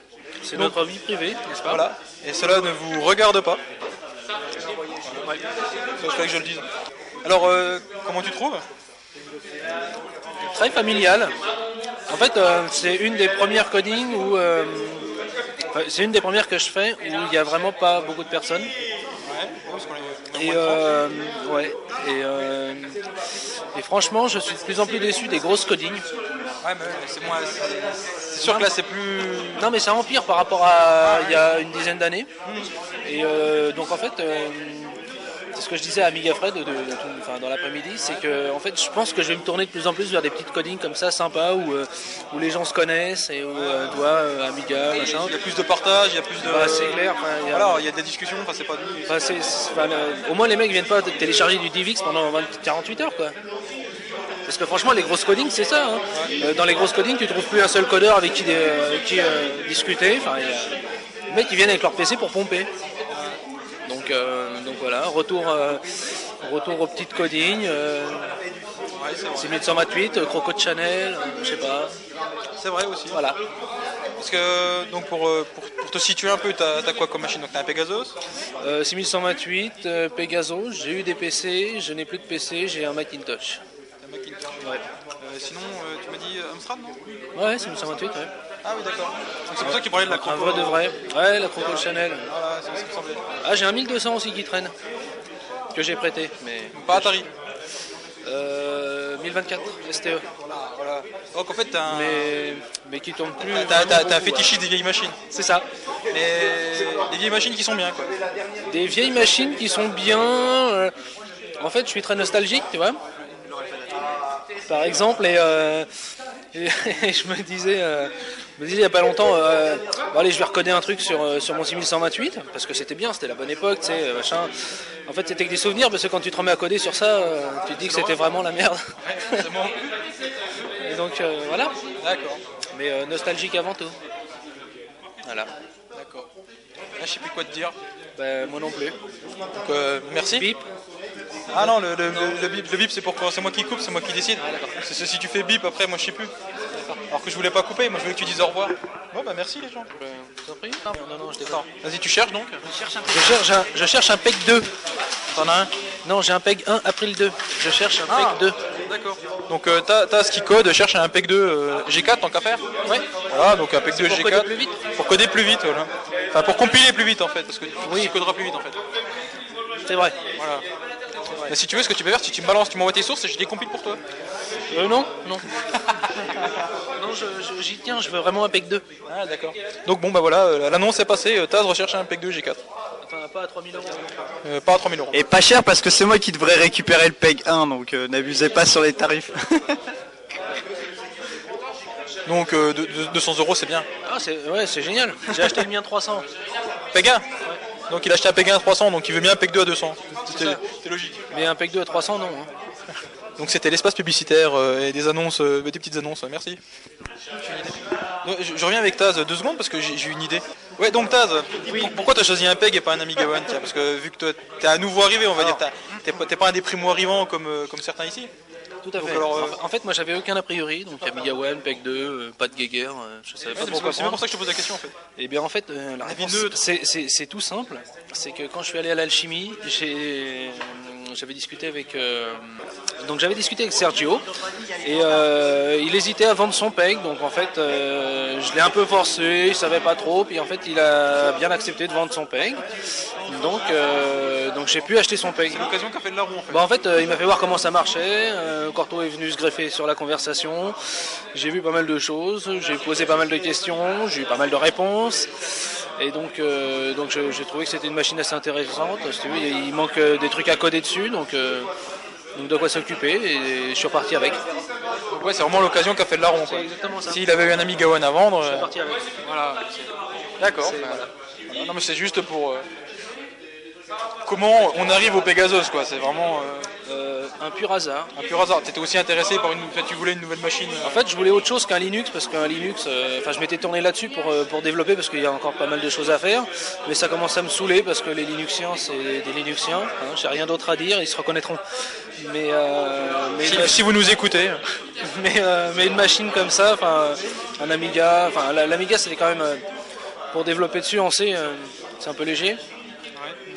[SPEAKER 8] C'est
[SPEAKER 2] Donc-
[SPEAKER 8] notre vie privée, n'est-ce pas
[SPEAKER 2] Voilà. Et cela ne vous regarde pas. Ça, je fallait que je le dise. Alors, euh, comment tu trouves
[SPEAKER 8] Très familial. En fait, euh, c'est une des premières codings où. euh, enfin, c'est une des premières que je fais où il n'y a vraiment pas beaucoup de personnes. Et, euh, ouais, et, euh, et franchement, je suis de plus en plus déçu des grosses codings.
[SPEAKER 2] Ouais, mais c'est moins. C'est c'est sûr que là, c'est plus.
[SPEAKER 8] Non, mais ça empire par rapport à il y a une dizaine d'années. Et euh, donc, en fait, euh, c'est ce que je disais à Amiga Fred de- de- de- enfin, dans l'après-midi c'est que en fait, je pense que je vais me tourner de plus en plus vers des petites codings comme ça, sympas, où, euh, où les gens se connaissent et où, euh, toi, euh, Amiga, machin.
[SPEAKER 2] Il y a plus de partage, il y a plus de.
[SPEAKER 8] Bah, c'est clair, enfin, il y a-
[SPEAKER 2] Voilà, il y a des discussions, enfin, c'est pas.
[SPEAKER 8] Enfin, c'est- c'est- enfin, le- au moins, les mecs viennent pas t- télécharger du DivX pendant 20 48 heures, quoi. Parce que franchement, les grosses codings, c'est ça. hein. Euh, dans les grosses codings, tu trouves plus un seul codeur avec qui, euh, avec qui, euh, discuter. Enfin, il y a- les mecs, ils viennent avec leur PC pour pomper. Donc, euh, donc voilà, retour, euh, retour aux petites codings. Euh, c'est 1828, euh, Croco de Chanel, euh, je sais pas.
[SPEAKER 2] C'est vrai aussi.
[SPEAKER 8] Voilà.
[SPEAKER 2] Parce que, donc, pour, euh, pour, pour te situer un peu, t'as t'as quoi comme machine Donc, t'as un Pegasus
[SPEAKER 8] Euh, 6128, euh, Pegaso, j'ai eu des PC, je n'ai plus de PC, j'ai un Macintosh.
[SPEAKER 2] T'as un Macintosh Euh, Sinon, euh, tu m'as dit euh, Amstrad, non
[SPEAKER 8] Ouais, c'est 1828, ouais.
[SPEAKER 2] Ah oui, d'accord. Donc, C'est pour ça que tu parlais de la
[SPEAKER 8] Un
[SPEAKER 2] croco.
[SPEAKER 8] vrai de vrai. Ouais, la Croco de Chanel.
[SPEAKER 2] Voilà, c'est ce qui me semblait.
[SPEAKER 8] Ah, j'ai un 1200 aussi qui traîne. Que j'ai prêté, mais.
[SPEAKER 2] Pas Atari.
[SPEAKER 8] Euh, 1024 STE.
[SPEAKER 2] Ah, voilà. Donc, en fait, t'as un.
[SPEAKER 8] Mais, mais qui tourne plus.
[SPEAKER 2] T'as- T'as t'as-
[SPEAKER 8] vraiment
[SPEAKER 2] t'as
[SPEAKER 8] beaucoup,
[SPEAKER 2] fétiché des vieilles machines.
[SPEAKER 8] ouais. C'est ça.
[SPEAKER 2] Mais des vieilles machines qui sont bien, quoi.
[SPEAKER 8] Des vieilles machines qui sont bien. euh, En fait, je suis très nostalgique, tu vois. Par exemple, et, euh, et je me disais. euh, je me disais il n'y a pas longtemps, euh, bon, allez, je vais recoder un truc sur, euh, sur mon 6128, parce que c'était bien, c'était la bonne époque, tu sais, euh, machin. En fait, c'était que des souvenirs, parce que quand tu te remets à coder sur ça, euh, tu te dis que c'était vraiment la merde.
[SPEAKER 2] C'est bon.
[SPEAKER 8] Et donc, euh, voilà.
[SPEAKER 2] D'accord.
[SPEAKER 8] Mais euh, nostalgique avant tout. Voilà.
[SPEAKER 2] D'accord. Là, je sais plus quoi te dire.
[SPEAKER 8] Bah,
[SPEAKER 2] Ben,
[SPEAKER 8] moi non plus.
[SPEAKER 2] Donc, euh, merci.
[SPEAKER 8] Bip.
[SPEAKER 2] Ah non, le, le, le- le bip, le bip, c'est pour quand c'est moi qui coupe, c'est moi qui décide. C'est- c'est si tu fais bip après, moi je sais plus. Alors que je voulais pas couper, moi je voulais que tu dises au revoir. Bon bah merci les gens.
[SPEAKER 8] Non, non, non, je déconne.
[SPEAKER 2] Attends, vas-y tu cherches donc.
[SPEAKER 8] Je cherche un, je cherche un PEG 2. T'en as un Non, j'ai un PEG 1 April 2. Je cherche un
[SPEAKER 2] Ah.
[SPEAKER 8] PEG 2.
[SPEAKER 2] D'accord. Donc euh, t'as t'as ce qui code, cherche un PEC 2 euh, G4 tant qu'à faire.
[SPEAKER 8] Ouais.
[SPEAKER 2] Voilà, donc un E PEC 2
[SPEAKER 8] pour
[SPEAKER 2] G4.
[SPEAKER 8] coder plus vite.
[SPEAKER 2] Pour coder plus vite, voilà. Enfin pour compiler plus vite en fait, parce que oui. tu coderas plus vite en fait.
[SPEAKER 8] C'est vrai.
[SPEAKER 2] Voilà. Mais si tu veux, ce que tu peux faire, si tu me balances, tu m'envoies tes sources et je les compile pour toi.
[SPEAKER 8] Euh, non Non. non, je- je- j'y tiens, je veux vraiment un PEG 2.
[SPEAKER 2] Ah d'accord. Donc bon bah voilà, euh, l'annonce est passée, euh, Taz recherche un PEC 2 G4.
[SPEAKER 8] Enfin, pas à 3000 euros.
[SPEAKER 1] Euh, pas à 3000 euros.
[SPEAKER 2] Et pas cher parce que c'est moi qui devrais récupérer le PEG 1, donc euh, n'abusez pas sur les tarifs.
[SPEAKER 1] Donc euh, de- de- 200 euros, c'est bien.
[SPEAKER 8] Ah, c'est ouais, c'est génial. J'ai acheté le mien 300.
[SPEAKER 1] Pékin Donc il a acheté un Pékin à 300, donc il veut bien un PEG 2 à 200. C'était-
[SPEAKER 8] C'est logique. Mais un PEC 2 à 300, non. hein.
[SPEAKER 1] Donc c'était l'espace publicitaire euh, et des annonces, euh, des petites annonces, euh, merci. Donc, Je, je reviens avec Taz euh, deux secondes parce que j'ai j'ai une idée. Ouais, donc Taz, pour- pourquoi t'as choisi un PEG et pas un Amiga One tiens Parce que vu que toi, t'es à nouveau arrivé, on va dire, t'as- t'es pas, t'es pas un des primo arrivants comme, euh, comme certains ici.
[SPEAKER 8] Tout à
[SPEAKER 1] Donc
[SPEAKER 8] fait.
[SPEAKER 1] alors, euh,
[SPEAKER 8] En- En fait, moi, j'avais aucun a priori. Donc, Amiga One, PEC 2, euh, pas de Geiger. euh, je savais
[SPEAKER 1] Ouais,
[SPEAKER 8] pas
[SPEAKER 1] c'est-
[SPEAKER 8] pourquoi
[SPEAKER 1] c'est
[SPEAKER 8] prendre.
[SPEAKER 1] pour ça que je te pose la question en fait.
[SPEAKER 8] Eh bien, en fait, euh, la réponse, c'est- c'est c'est tout simple. C'est que quand je suis allé à l'alchimie, j'ai- j'avais discuté avec euh, donc j'avais discuté avec Sergio et euh, il hésitait à vendre son PEG. Donc en fait, euh, je l'ai un peu forcé. Il savait pas trop. Puis en fait, il a bien accepté de vendre son PEG. Donc euh, donc j'ai pu acheter son PEG.
[SPEAKER 1] C'est l'occasion qu'a fait de la roue en fait.
[SPEAKER 8] Bah en fait, euh, il m'a fait voir comment ça marchait. euh, Corto est venu se greffer sur la conversation. J'ai vu pas mal de choses. J'ai posé pas mal de questions. J'ai eu pas mal de réponses. Et donc, euh, donc je- j'ai trouvé que c'était une machine assez intéressante. Si tu veux, il manque euh, des trucs à coder dessus, donc, euh, donc de quoi s'occuper. Et je suis reparti avec.
[SPEAKER 1] Donc ouais, c'est vraiment l'occasion qu'a fait de la roue. quoi.
[SPEAKER 8] exactement ça.
[SPEAKER 1] S'il avait eu un Amiga One à vendre.
[SPEAKER 8] Je suis
[SPEAKER 1] euh,
[SPEAKER 8] reparti avec. Voilà.
[SPEAKER 1] D'accord. bah, voilà. Non mais c'est juste pour euh, comment on arrive au Pegasus quoi. C'est vraiment euh,
[SPEAKER 8] un pur hasard.
[SPEAKER 1] Un pur hasard. T'étais aussi intéressé par une, enfin, tu voulais une nouvelle machine. euh,
[SPEAKER 8] En fait, je voulais autre chose qu'un Linux parce qu'un Linux, euh, enfin, je m'étais tourné là-dessus pour, euh, pour développer parce qu'il y a encore pas mal de choses à faire, mais ça commence à me saouler parce que les Linuxiens, c'est des Linuxiens. hein, J'ai rien d'autre à dire, ils se reconnaîtront. Mais, euh, mais
[SPEAKER 1] si, si vous nous écoutez.
[SPEAKER 8] mais, euh, mais une machine comme ça, enfin, un Amiga, enfin, la- l'Amiga, c'était quand même euh, pour développer dessus, on sait, euh, c'est un peu léger.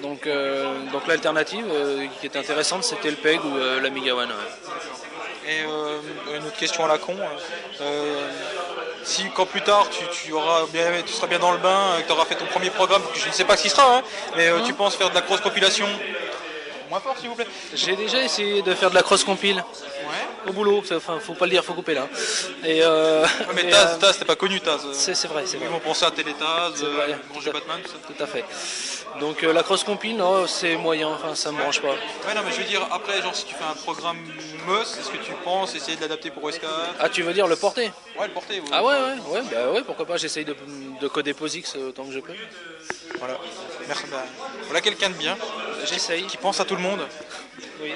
[SPEAKER 8] Donc, euh, donc l'alternative euh, qui était intéressante, c'était le PEG ou euh, l'Amiga One. ouais.
[SPEAKER 1] Et euh, une autre question à la con. euh, euh, si quand plus tard tu, tu auras bien, tu seras bien dans le bain, euh, que tu auras fait ton premier programme, que je ne sais pas ce qui sera, hein, mais euh, tu penses faire de la grosse compilation Moins fort s'il vous plaît.
[SPEAKER 8] J'ai déjà essayé de faire de la cross compile. Au boulot, ça- enfin, faut pas le dire, faut couper là. Et euh,
[SPEAKER 1] mais
[SPEAKER 8] et,
[SPEAKER 1] Taz,
[SPEAKER 8] euh,
[SPEAKER 1] Taz, t'es pas connu Taz. euh,
[SPEAKER 8] c'est c'est vrai, c'est
[SPEAKER 1] Ils
[SPEAKER 8] vrai.
[SPEAKER 1] vont penser à Télétaz, euh,
[SPEAKER 8] vrai.
[SPEAKER 1] Manger Batman, tout ça.
[SPEAKER 8] Tout à fait. Donc euh, la cross compile, non, c'est moyen, enfin ça me branche pas.
[SPEAKER 1] Ouais, non, mais je veux dire, après, genre, si tu fais un programme MOS, est-ce que tu penses essayer de l'adapter pour SK
[SPEAKER 8] Ah, tu veux dire le porter
[SPEAKER 1] Ouais, le porter.
[SPEAKER 8] Ah ouais, ouais, ouais, bah ouais, pourquoi pas, j'essaye de, de coder POSIX euh, autant que je peux.
[SPEAKER 1] Voilà, merci. bah, voilà quelqu'un de bien.
[SPEAKER 8] J'essaye.
[SPEAKER 1] Qui pense à tout le monde.
[SPEAKER 8] Oui.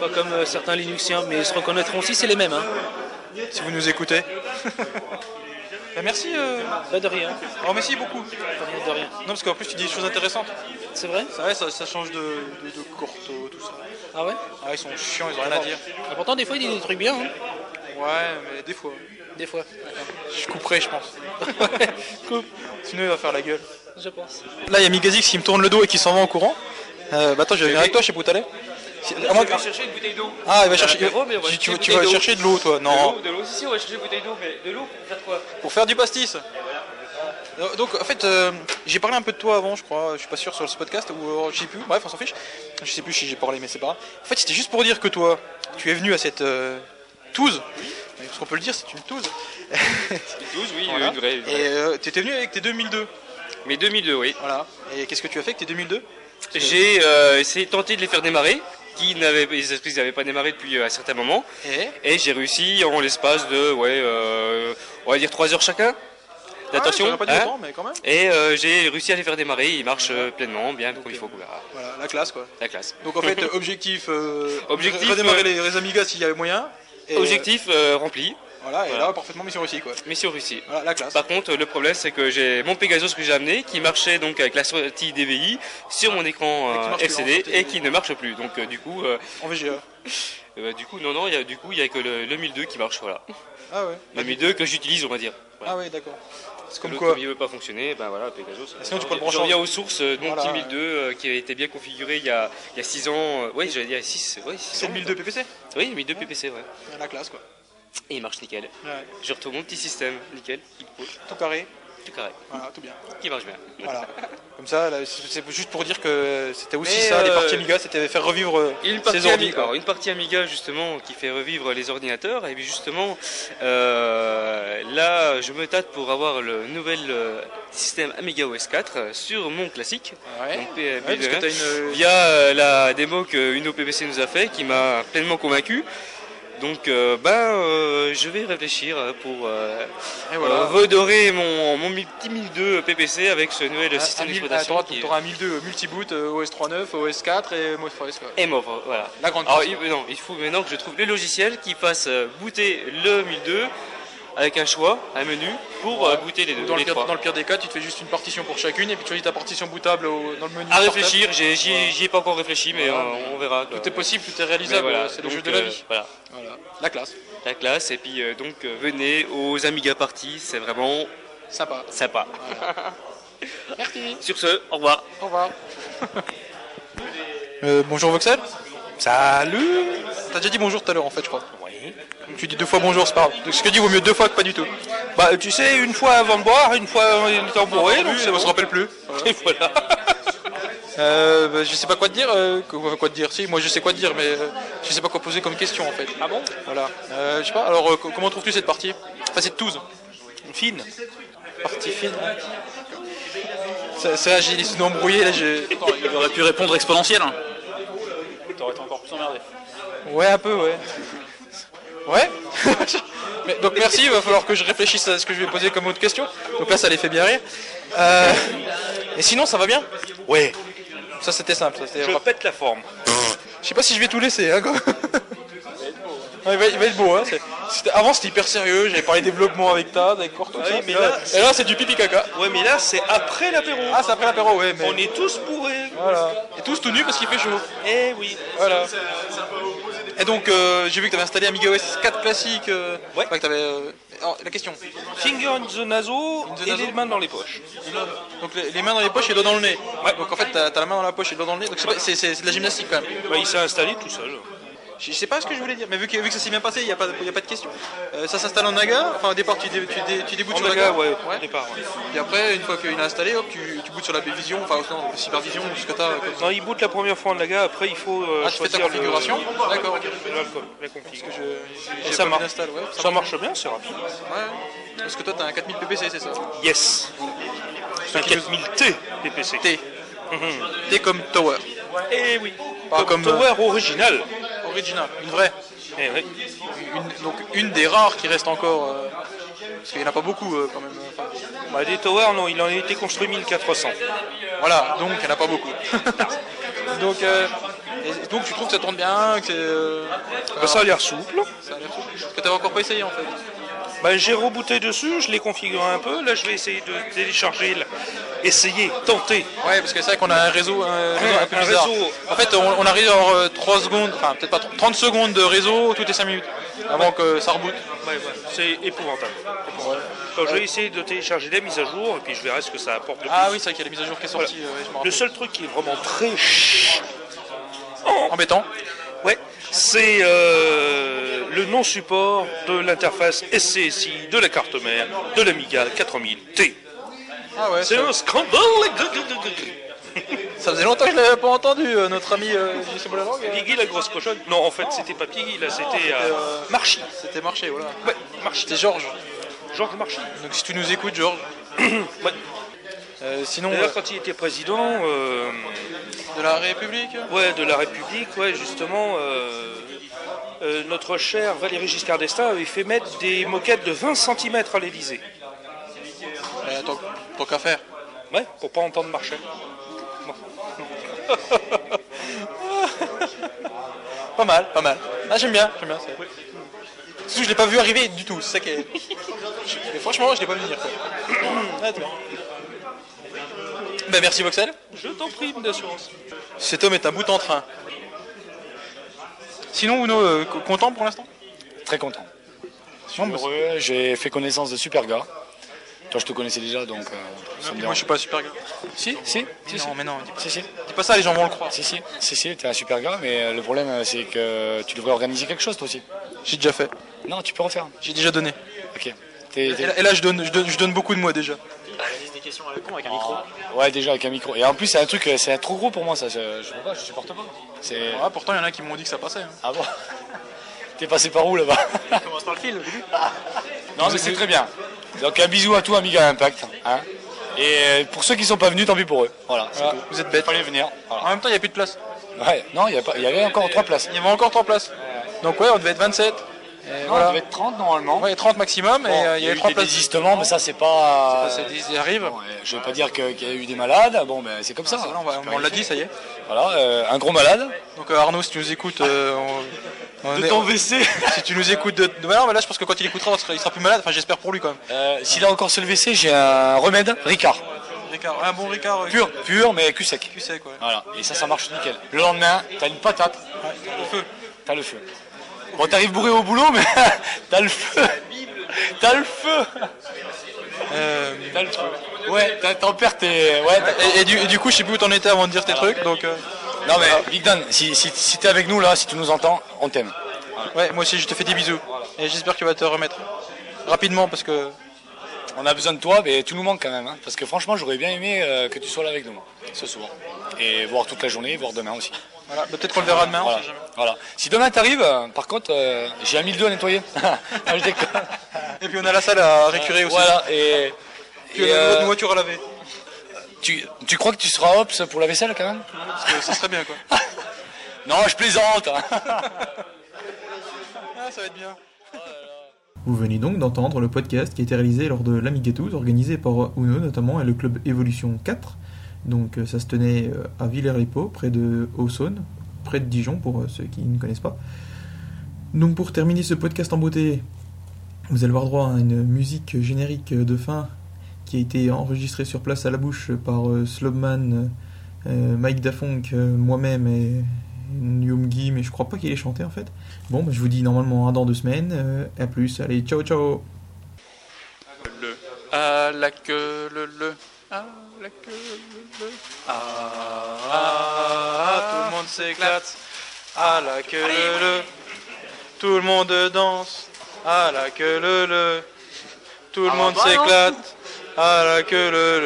[SPEAKER 8] Pas comme euh, certains Linuxiens, mais ils se reconnaîtront aussi, c'est les mêmes. Hein.
[SPEAKER 1] Si vous nous écoutez. Bah, merci. euh,
[SPEAKER 8] Pas de rien.
[SPEAKER 1] Oh, merci beaucoup.
[SPEAKER 8] De rien.
[SPEAKER 1] Non, parce qu'en plus, tu dis des choses intéressantes.
[SPEAKER 8] C'est vrai
[SPEAKER 1] Ça, ouais, ça, ça change de, de, de Corto, tout ça.
[SPEAKER 8] Ah ouais
[SPEAKER 1] Ah, ils sont chiants, ils ont rien à dire.
[SPEAKER 8] Et Ah, pourtant, des fois, ils disent des trucs bien, hein,
[SPEAKER 1] Ouais, mais des fois.
[SPEAKER 8] des fois.
[SPEAKER 1] Je couperai, je pense. Coupe. Sinon, il va faire la gueule.
[SPEAKER 8] Je pense.
[SPEAKER 1] Là, il y a Migazix qui me tourne le dos et qui s'en va en courant. Euh, bah attends, je vais venir avec toi, je sais pas où t'allais. Si- à moins que-
[SPEAKER 6] chercher une bouteille d'eau.
[SPEAKER 1] Ah, il va chercher.
[SPEAKER 6] Apéro, mais on
[SPEAKER 1] tu- tu,
[SPEAKER 6] chercher une
[SPEAKER 1] tu vas
[SPEAKER 6] bouteille d'eau.
[SPEAKER 1] chercher de l'eau, toi Non.
[SPEAKER 6] De l'eau, de l'eau. Si, si, on va chercher une bouteille d'eau, mais de l'eau pour faire quoi
[SPEAKER 1] Pour faire du pastis. Euh, Donc en fait, euh, j'ai parlé un peu de toi avant, je crois, je suis pas sûr sur ce podcast ou euh, je sais plus. Bref, on s'en fiche. Je sais plus si j'ai parlé, mais c'est pas. grave. En fait, c'était juste pour dire que toi, tu es venu à cette euh, touze. Parce qu'on peut le dire, c'est une touze.
[SPEAKER 6] Une 12, oui,
[SPEAKER 1] Voilà.
[SPEAKER 6] une vraie. une vraie.
[SPEAKER 1] Et euh, t'étais venu avec tes 2002.
[SPEAKER 6] Mais 2002, oui.
[SPEAKER 1] Voilà. Et qu'est-ce que tu as fait avec tes 2002
[SPEAKER 6] J'ai euh, essayé tenté de les faire démarrer, qui n'avaient, les esprits n'avaient pas démarré depuis euh, un certain moment,
[SPEAKER 1] Et
[SPEAKER 6] et j'ai réussi en l'espace de, ouais, euh, on va dire 3 heures chacun. D'attention,
[SPEAKER 1] j'aurais Ah, pas dit
[SPEAKER 6] hein.
[SPEAKER 1] autant, mais quand même.
[SPEAKER 6] et euh, j'ai réussi à les faire démarrer. Ils marchent euh, pleinement, bien comme il faut. voilà,
[SPEAKER 1] Voilà, la classe quoi.
[SPEAKER 6] La classe.
[SPEAKER 1] Donc en fait, objectif, euh,
[SPEAKER 6] Objectif,
[SPEAKER 1] redémarrer les,
[SPEAKER 6] euh,
[SPEAKER 1] les Amigas s'il y avait moyen. Et, euh,
[SPEAKER 6] Objectif euh, rempli,
[SPEAKER 1] voilà, et
[SPEAKER 6] voilà.
[SPEAKER 1] là, parfaitement mission réussie quoi.
[SPEAKER 6] mission réussie.
[SPEAKER 1] Voilà, la classe.
[SPEAKER 6] Par contre, le problème, c'est que j'ai mon Pegasus que j'ai amené, qui marchait donc avec la sortie DVI sur mon écran
[SPEAKER 1] Et qui
[SPEAKER 6] euh,
[SPEAKER 1] marche plus,
[SPEAKER 6] LCD
[SPEAKER 1] hein,
[SPEAKER 6] et qui ne marche plus. Donc, euh, du coup, euh,
[SPEAKER 1] En VGA.
[SPEAKER 6] euh, du coup, non, non, il y a, du coup, il y a que le, le 1002 qui marche, voilà.
[SPEAKER 1] Ah ouais.
[SPEAKER 6] Le 1002 que j'utilise, on va dire.
[SPEAKER 1] Ah ouais, d'accord. C'est comme
[SPEAKER 6] L'autre,
[SPEAKER 1] quoi Ah,
[SPEAKER 6] Comme il ne veut pas fonctionner, ben voilà, Pegasus. euh,
[SPEAKER 1] Sinon, tu peux le
[SPEAKER 6] je
[SPEAKER 1] brancher en-
[SPEAKER 6] reviens aux sources euh, de mon
[SPEAKER 1] Voilà.
[SPEAKER 6] petit 1002 euh, qui a été bien configuré il y a 6 ans. euh, oui, j'allais dire 6. Ouais, six
[SPEAKER 1] C'est
[SPEAKER 6] ans,
[SPEAKER 1] le 1002 PPC
[SPEAKER 6] attends. Oui, 1002 PPC, ouais.
[SPEAKER 1] La classe quoi.
[SPEAKER 6] Et il marche nickel.
[SPEAKER 1] Ouais,
[SPEAKER 6] Je retrouve mon petit système, nickel, il coule,
[SPEAKER 1] tout carré,
[SPEAKER 6] tout carré,
[SPEAKER 1] voilà, tout bien.
[SPEAKER 6] qui marche bien.
[SPEAKER 1] Voilà. Comme ça, là, c'est c'est juste pour dire que c'était aussi
[SPEAKER 6] Mais,
[SPEAKER 1] ça, les
[SPEAKER 6] euh,
[SPEAKER 1] parties Amiga, c'était faire revivre euh,
[SPEAKER 6] Une
[SPEAKER 1] ces
[SPEAKER 6] partie,
[SPEAKER 1] ordi.
[SPEAKER 6] Ami-
[SPEAKER 1] quoi.
[SPEAKER 6] alors, une partie Amiga justement qui fait revivre les ordinateurs et puis justement euh, là, je me tâte pour avoir le nouvel euh, système Amiga OS 4 euh, sur mon classique. Donc, P-
[SPEAKER 2] Ouais,
[SPEAKER 6] P-
[SPEAKER 2] parce que t'as une-
[SPEAKER 6] Via euh, la démo que Uno PVC nous a fait, qui m'a pleinement convaincu. Donc, euh, ben, euh, je vais réfléchir pour euh,
[SPEAKER 2] voilà.
[SPEAKER 6] euh, redorer mon, mon mi- petit 1002 PPC avec ce nouvel
[SPEAKER 2] Ah,
[SPEAKER 6] système d'exploitation.
[SPEAKER 2] À droite,
[SPEAKER 6] qui est-
[SPEAKER 2] tu auras un 1002 multiboot, euh, OS 3.9, OS 4 et MOFOS.
[SPEAKER 6] et Mauve, E, voilà.
[SPEAKER 2] La grande
[SPEAKER 6] Alors,
[SPEAKER 2] classe,
[SPEAKER 6] il,
[SPEAKER 2] quoi.
[SPEAKER 6] non, il faut maintenant que je trouve le logiciel qui fasse euh, booter le 1002 avec un choix, un menu, pour euh, booter les deux.
[SPEAKER 2] Dans,
[SPEAKER 6] les
[SPEAKER 2] le pire,
[SPEAKER 6] trois.
[SPEAKER 2] dans le pire des cas, tu te fais juste une partition pour chacune et puis tu choisis ta partition bootable au- dans le menu.
[SPEAKER 6] À
[SPEAKER 2] startup.
[SPEAKER 6] réfléchir, j'ai- j'y ai, j'y ai pas encore réfléchi, mais
[SPEAKER 2] Voilà.
[SPEAKER 6] on, on verra. quoi.
[SPEAKER 2] Tout est possible, tout est
[SPEAKER 6] Mais
[SPEAKER 2] réalisable,
[SPEAKER 6] voilà,
[SPEAKER 2] c'est le
[SPEAKER 6] donc,
[SPEAKER 2] jeu de la
[SPEAKER 6] euh,
[SPEAKER 2] vie.
[SPEAKER 6] voilà.
[SPEAKER 2] Voilà. La classe.
[SPEAKER 6] La classe, et puis euh, donc euh, venez aux Amiga Party, c'est vraiment
[SPEAKER 2] sympa.
[SPEAKER 6] sympa.
[SPEAKER 2] Merci.
[SPEAKER 6] Sur ce, au revoir.
[SPEAKER 2] Au revoir.
[SPEAKER 13] Euh, bonjour Voxel.
[SPEAKER 2] Salut T'as déjà dit bonjour tout à l'heure en fait, je crois. Oui. Tu dis deux fois bonjour, c'est pas grave. Ce que dit vaut mieux deux fois que pas du tout.
[SPEAKER 8] Bah, tu sais, une fois avant de boire, une fois euh, il était bourré, donc c'est
[SPEAKER 2] on se
[SPEAKER 8] bon.
[SPEAKER 2] rappelle plus.
[SPEAKER 8] Et voilà.
[SPEAKER 2] Euh, bah, je sais pas quoi te dire. euh, quoi, quoi te dire Si, moi je sais quoi te dire, mais euh, je sais pas quoi poser comme question en fait. Ah bon Voilà. Euh, je sais pas. Alors, euh, co- comment trouves-tu cette partie Enfin, cette touze Fine. Partie fine. Ça, ça j'ai les noms brouillés là. j'ai-
[SPEAKER 14] Il aurait pu répondre exponentiel. hein.
[SPEAKER 8] T'aurais été encore plus emmerdé.
[SPEAKER 2] Ouais, un peu, ouais. Ouais Mais, Donc merci, il va falloir que je réfléchisse à ce que je vais poser comme autre question. Donc là, ça les fait bien rire. Euh, et sinon, ça va bien Ouais. Ça, c'était simple. Je pète la forme. Je sais pas si je vais tout laisser. Hein, quoi. Ouais, il, va, il va être beau. Hein. c'est- c'était- Avant, c'était hyper sérieux. J'avais parlé développement avec Tad, avec Corto. tout ça.
[SPEAKER 8] Ah mais là,
[SPEAKER 2] et là, c'est du pipi caca.
[SPEAKER 8] Ouais, mais là, c'est après l'apéro.
[SPEAKER 2] Ah, c'est après l'apéro, ouais. Mais...
[SPEAKER 8] On est tous bourrés.
[SPEAKER 2] Voilà. Et tous tout nus parce qu'il fait chaud.
[SPEAKER 8] Eh oui.
[SPEAKER 2] Voilà. Et donc, euh, j'ai vu que tu avais installé Amiga OS 4 classique. euh, enfin, que t'avais, euh, alors, la question.
[SPEAKER 8] Finger in the naso et les mains dans les poches.
[SPEAKER 2] Donc, les, les mains dans les poches et les doigts dans le nez. Donc, en fait, t'as as la main dans la poche et le doigt dans le nez. Donc, c'est pas- c'est c'est- c'est de la gymnastique quand même.
[SPEAKER 8] Bah, il s'est installé tout seul.
[SPEAKER 2] Je je sais pas ce que je voulais dire, mais vu que, vu que ça s'est bien passé, il n'y a, pas de- y a pas de question. Euh, ça s'installe en naga, enfin au départ tu, dé- tu, dé- tu débootes
[SPEAKER 8] En
[SPEAKER 2] sur
[SPEAKER 8] naga,
[SPEAKER 2] naga.
[SPEAKER 8] ouais, au départ, ouais.
[SPEAKER 2] Et après, une fois qu'il est installé, hop, tu, tu bootes sur la vision, enfin non, supervision, ce que t'as. comme ça.
[SPEAKER 8] Non, il boot la première fois en laga, après il faut euh,
[SPEAKER 2] Ah, tu fais ta
[SPEAKER 8] choisir le-
[SPEAKER 2] configuration D'accord, ok.
[SPEAKER 8] L'alcool, la config.
[SPEAKER 2] j'ai
[SPEAKER 8] Et
[SPEAKER 2] pas
[SPEAKER 8] ça
[SPEAKER 2] mis
[SPEAKER 8] marche.
[SPEAKER 2] d'install, ouais,
[SPEAKER 8] ça marche bien, c'est rapide.
[SPEAKER 2] Ouais. Parce que toi t'as un 4000 PPC, c'est ça
[SPEAKER 8] Yes.
[SPEAKER 2] C'est un
[SPEAKER 8] 4000T PPC.
[SPEAKER 2] T. T comme Tower.
[SPEAKER 8] Eh oui.
[SPEAKER 2] Pas
[SPEAKER 8] comme,
[SPEAKER 1] euh,
[SPEAKER 2] comme,
[SPEAKER 8] Tower original.
[SPEAKER 2] Original, une vraie.
[SPEAKER 8] Eh oui.
[SPEAKER 2] Une- donc une des rares qui reste encore. euh, parce qu'il n'y en a pas beaucoup euh, quand même. euh, enfin,
[SPEAKER 8] Bah, des Tower, non, il en a été construit 1400.
[SPEAKER 2] Ah. Voilà, donc il n'y en a pas beaucoup. donc, euh, et- donc tu trouves que ça tourne bien que c'est, euh,
[SPEAKER 8] Bah, ça a l'air souple.
[SPEAKER 2] Ça a l'air souple. Parce que t'avais encore pas essayé en fait.
[SPEAKER 8] Bah, j'ai rebooté dessus, je l'ai configuré un peu. Là, je vais essayer de télécharger, la- essayer, tenter.
[SPEAKER 2] Ouais, parce que c'est vrai qu'on a un réseau, euh, un, réseau un peu
[SPEAKER 8] Un
[SPEAKER 2] bizarre.
[SPEAKER 8] réseau.
[SPEAKER 2] En fait, on, on arrive à avoir euh, 3 secondes, enfin peut-être pas 30 30 secondes de réseau toutes les 5 minutes avant que ça reboot.
[SPEAKER 8] Ouais, ouais, c'est épouvantable. Quand Euh, je vais essayer de télécharger la mise à jour, et puis je verrai ce que ça apporte de plus.
[SPEAKER 2] Ah oui, c'est vrai qu'il y a la mise à jour qui est sortie. euh, ouais, je me
[SPEAKER 8] Le
[SPEAKER 2] rappelle.
[SPEAKER 8] seul truc qui est vraiment très Oh.
[SPEAKER 2] embêtant,
[SPEAKER 8] ouais, c'est euh, le non-support de l'interface SCSI de la carte mère de l'Amiga 4000T.
[SPEAKER 2] Ah ouais,
[SPEAKER 8] c'est
[SPEAKER 2] ça-
[SPEAKER 8] un scandale.
[SPEAKER 2] Ça faisait longtemps que je l'avais pas entendu, euh, notre ami euh, J.C. Bolalang, euh.
[SPEAKER 8] Piggy la grosse cochonne. Non, en fait, c'était pas Piggy, là, c'était euh, Marchi.
[SPEAKER 2] C'était Marchi, voilà.
[SPEAKER 8] Ouais, Marchi.
[SPEAKER 2] C'était Georges.
[SPEAKER 8] Georges Marchi.
[SPEAKER 2] Donc si tu nous écoutes, Georges. sinon,
[SPEAKER 8] D'ailleurs,
[SPEAKER 2] euh,
[SPEAKER 8] quand il était président euh,
[SPEAKER 2] de la République.
[SPEAKER 8] Ouais, de la République, ouais, justement. euh, euh, notre cher Valéry Giscard d'Estaing avait fait mettre des moquettes de 20 cm à l'Elysée.
[SPEAKER 2] Euh, tant, tant qu'à faire.
[SPEAKER 8] Ouais, pour pas entendre marcher. Bon.
[SPEAKER 2] Pas mal, pas mal. Ah, j'aime bien, j'aime bien. c'est- Surtout, je l'ai pas vu arriver du tout, c'est ça qui est- Je- mais franchement, je l'ai pas vu venir. quoi. Ouais, t'es bien. Ben, merci, Voxel.
[SPEAKER 8] Je t'en prie, une assurance.
[SPEAKER 2] Cet homme est un bout en train. Sinon, Uno, euh, co- content pour l'instant bah,
[SPEAKER 4] Très content. Je suis heureux, j'ai fait connaissance de super gars. Toi, je te connaissais déjà, donc. euh, ça me
[SPEAKER 2] Ah, Moi,
[SPEAKER 4] dérange.
[SPEAKER 2] je suis pas super gars.
[SPEAKER 4] Si, si, si.
[SPEAKER 2] Non, mais non, dis pas,
[SPEAKER 4] si, si.
[SPEAKER 2] dis pas ça, les gens vont le croire.
[SPEAKER 4] Si, si, si, si t'es un super gars, mais euh, le problème, euh, c'est que tu devrais organiser quelque chose, toi aussi.
[SPEAKER 2] J'ai déjà fait.
[SPEAKER 4] Non, tu peux refaire.
[SPEAKER 2] J'ai déjà donné.
[SPEAKER 4] Ok.
[SPEAKER 2] Et,
[SPEAKER 4] T'es- t'es-
[SPEAKER 2] là, et là, je, donne, je, donne, je donne beaucoup de moi déjà.
[SPEAKER 14] des questions à la con avec un micro.
[SPEAKER 4] Ouais, déjà, avec un micro. Et en plus, c'est un truc, euh, c'est trop gros pour moi, ça. Je, je peux pas, je supporte pas. C'est.
[SPEAKER 2] Ah, pourtant, il y en a qui m'ont dit que ça passait. hein.
[SPEAKER 4] Ah bon T'es passé par où là-bas
[SPEAKER 14] On commence par le fil.
[SPEAKER 4] Non, mais c'est très bien.
[SPEAKER 3] Donc un bisou à tout, Amiga Impact. hein. Et euh, pour ceux qui sont pas venus, tant pis pour eux. Voilà. c'est tout.
[SPEAKER 4] Vous êtes bêtes.
[SPEAKER 3] Fallait venir.
[SPEAKER 4] En même temps, il n'y a plus de place.
[SPEAKER 3] Ouais, non, il y, a pas- il y avait encore trois places.
[SPEAKER 4] Il y avait encore 3 places. Donc ouais, on devait être 27. Et
[SPEAKER 3] Non,
[SPEAKER 4] voilà.
[SPEAKER 3] on devait être 30 normalement.
[SPEAKER 4] Ouais, 30 maximum.
[SPEAKER 3] Bon,
[SPEAKER 4] et euh, il y
[SPEAKER 3] eu
[SPEAKER 4] avait 3
[SPEAKER 3] des
[SPEAKER 4] places.
[SPEAKER 3] désistements, mais ça c'est pas.
[SPEAKER 4] C'est pas- c'est- ils arrivent.
[SPEAKER 3] Bon, euh, je vais pas dire que- qu'il y a eu des malades. Bon, ben c'est comme ça.
[SPEAKER 4] Ah, on va-
[SPEAKER 3] Tu peux
[SPEAKER 4] on
[SPEAKER 3] rien
[SPEAKER 4] l'a
[SPEAKER 3] faire.
[SPEAKER 4] dit, ça y est.
[SPEAKER 3] Voilà, euh, un gros malade.
[SPEAKER 4] Donc euh, Arnaud, si tu nous écoutes, euh, on- on
[SPEAKER 3] De
[SPEAKER 4] est-
[SPEAKER 3] ton WC.
[SPEAKER 4] si tu nous écoutes de, de- bah non, mais là, je pense que quand il écoutera, on sera- il sera plus malade. Enfin, j'espère pour lui quand même.
[SPEAKER 3] Euh, S'il a encore se le WC, j'ai un remède, Ricard.
[SPEAKER 4] Ricard, un bon Ricard. euh,
[SPEAKER 3] Pur, pur, mais cul sec.
[SPEAKER 4] Tu sais quoi.
[SPEAKER 3] Voilà, et ça, ça marche nickel. Le lendemain, t'as une patate.
[SPEAKER 4] le feu.
[SPEAKER 3] T'as le feu. Bon, t'arrives bourré au boulot, mais t'as le feu. T'as le feu. Euh, T'as le feu. Ouais, t'as- t'en perds tes. Ouais, t'as-
[SPEAKER 4] Et, et du, et du coup, je sais plus où t'en étais avant de dire tes
[SPEAKER 3] Voilà.
[SPEAKER 4] trucs. Donc, euh,
[SPEAKER 3] Ah, bah, Non, mais Big Dan, si, si, si t'es avec nous là, si tu nous entends, on t'aime.
[SPEAKER 4] ouais, moi aussi, je te fais des bisous. Et j'espère que tu vas te remettre rapidement parce que
[SPEAKER 3] On a besoin de toi, mais tu nous manques quand même. hein, parce que franchement, j'aurais bien aimé euh, que tu sois là avec nous ce soir. Et voir toute la journée, voir demain aussi.
[SPEAKER 4] voilà, bah, peut-être qu'on le verra demain. on
[SPEAKER 3] Voilà.
[SPEAKER 4] sait jamais.
[SPEAKER 3] Voilà. Si demain t'arrives, euh, par contre, euh, j'ai un 1002 à nettoyer. Non, je déconne. Euh,
[SPEAKER 4] Et puis on a la salle à récurer aussi.
[SPEAKER 3] Voilà, et.
[SPEAKER 4] Puis
[SPEAKER 3] et,
[SPEAKER 4] on a
[SPEAKER 3] euh,
[SPEAKER 4] notre voiture à laver.
[SPEAKER 3] tu, tu crois que tu seras Ops pour la vaisselle quand même
[SPEAKER 4] Parce que ça serait bien quoi.
[SPEAKER 3] Non, je plaisante hein.
[SPEAKER 4] Ah, ça va être bien.
[SPEAKER 1] Vous venez donc d'entendre le podcast qui a été réalisé lors de l'Amiga 12, organisé par Uno notamment et le club Evolution 4. Donc euh, ça se tenait euh, à Villers-les-Paux, près de Auxonne, près de Dijon pour euh, ceux qui ne connaissent pas. Donc pour terminer ce podcast en beauté, vous allez avoir droit à une musique générique de fin qui a été enregistrée sur place à la bouche par euh, Slobman, euh, Mike Dafonk, euh, moi-même et Nyumgi, mais je crois pas qu'il ait chanté en fait. Bon, bah, je vous dis normalement un dans deux semaines. euh, à plus, allez, ciao ciao
[SPEAKER 6] Le,
[SPEAKER 4] Ah,
[SPEAKER 6] à la queue, le, le, à la queue, le, le.
[SPEAKER 4] Ah, tout le monde s'éclate. À la queue le le. Tout le monde danse. À la queue le le. Tout le
[SPEAKER 6] Ah,
[SPEAKER 4] monde
[SPEAKER 6] bah, non.
[SPEAKER 4] s'éclate. À la queue le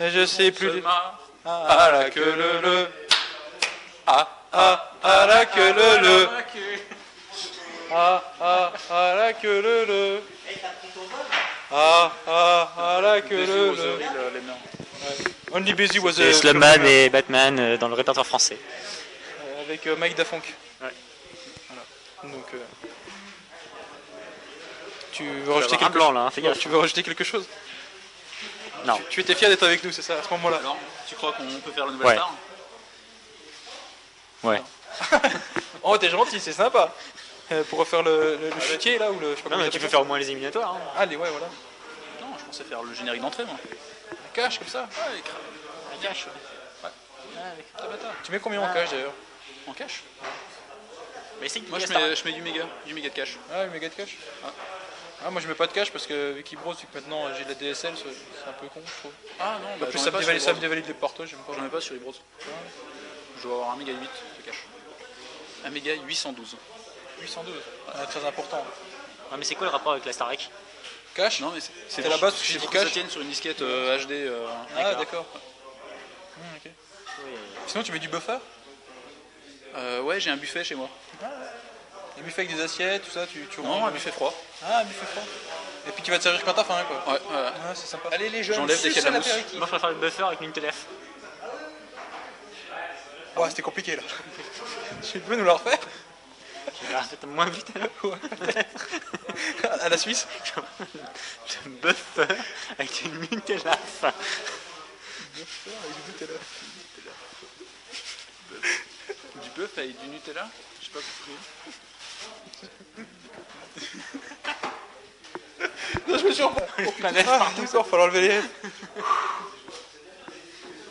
[SPEAKER 4] le. Et je sais plus. Ah, À la queue le le. Ah ah à la queue le le. Ah ah à la queue le le. Ah ah à la queue le le. Only busy was
[SPEAKER 6] C'est
[SPEAKER 4] a-
[SPEAKER 6] Slumman et Batman euh, dans le répertoire français.
[SPEAKER 4] Euh, avec euh, Mike Dafonk. Voilà. Donc, euh, tu veux
[SPEAKER 6] avoir
[SPEAKER 4] rejeter
[SPEAKER 6] un
[SPEAKER 4] quelque
[SPEAKER 6] blanc, là, hein, fais gaffe.
[SPEAKER 4] Tu veux rejeter quelque chose
[SPEAKER 6] Non.
[SPEAKER 4] Tu étais fier d'être avec nous, c'est ça, à ce moment-là.
[SPEAKER 6] Tu crois qu'on peut faire le
[SPEAKER 4] nouvel Ouais. Star
[SPEAKER 6] Ouais.
[SPEAKER 4] Oh, t'es gentil, c'est sympa. Euh, pour refaire le, le, le chutier, là ou le. Je sais pas comment
[SPEAKER 6] Ah, Non, Ah, mais
[SPEAKER 4] ils
[SPEAKER 6] tu peux
[SPEAKER 4] appellent
[SPEAKER 6] faire au moins les éliminatoires. hein.
[SPEAKER 4] ça. Allez, ouais, voilà.
[SPEAKER 6] Non, je pensais faire le générique d'entrée, moi.
[SPEAKER 4] La cache comme ça. Ouais, avec- la cache. Ouais. Tu mets
[SPEAKER 6] Ah.
[SPEAKER 4] combien en cache d'ailleurs
[SPEAKER 6] En cache Mais c'est
[SPEAKER 4] Moi, je mets- je
[SPEAKER 6] du méga, du méga de cache.
[SPEAKER 4] Ah, une méga de cache Ah, moi je mets pas de cache parce que avec Ibros, vu que maintenant euh, j'ai de la DSL, c'est c'est un peu con, je trouve.
[SPEAKER 6] Ah non,
[SPEAKER 4] En
[SPEAKER 6] bah,
[SPEAKER 4] plus,
[SPEAKER 6] j'en ai
[SPEAKER 4] ça me
[SPEAKER 6] pas
[SPEAKER 4] dévalide-
[SPEAKER 6] sur
[SPEAKER 4] ça me
[SPEAKER 6] Ibros.
[SPEAKER 4] dévalide les portos, j'aime pas.
[SPEAKER 6] J'en ai pas sur Ibros. Je dois avoir un méga 8 de cache. Un méga 812.
[SPEAKER 4] 812, Ah, très important.
[SPEAKER 6] Ouais, Ah, mais c'est quoi le rapport avec la Starrec
[SPEAKER 4] Cache
[SPEAKER 6] Non, mais c'est
[SPEAKER 4] C'était
[SPEAKER 6] pour-
[SPEAKER 4] la base, parce que
[SPEAKER 6] c'est
[SPEAKER 4] j'ai
[SPEAKER 6] pour
[SPEAKER 4] dit
[SPEAKER 6] que ça
[SPEAKER 4] cache.
[SPEAKER 6] tienne sur une disquette euh, HD. euh,
[SPEAKER 4] Ah, d'accord. Hmm, ok. Sinon, tu mets du buffer Ah,
[SPEAKER 6] Euh, ouais, j'ai un buffet chez moi.
[SPEAKER 4] Un buffet avec des assiettes, tout ça, tu, tu
[SPEAKER 6] Non,
[SPEAKER 4] ranges-
[SPEAKER 6] un buffet froid.
[SPEAKER 4] Ah, un buffet froid. Et puis tu vas te servir quand t'as faim, quoi.
[SPEAKER 6] Ouais, ouais.
[SPEAKER 4] Ah, c'est sympa. Allez, les jeunes,
[SPEAKER 6] J'enlève dès qu'il y a de la mousse.
[SPEAKER 4] sucez l'apéritif.
[SPEAKER 6] je préfère le buffer avec l'Intelef.
[SPEAKER 4] Ouais, c'était compliqué là. tu peux nous la refaire
[SPEAKER 6] Peut-être moins vite.
[SPEAKER 4] À la Suisse
[SPEAKER 6] Le buffer avec une Intelef. Du bœuf avec du Nutella J'ai pas compris.
[SPEAKER 4] Non, je me suis reposé. Ah, d'accord, faut enlever les lèvres.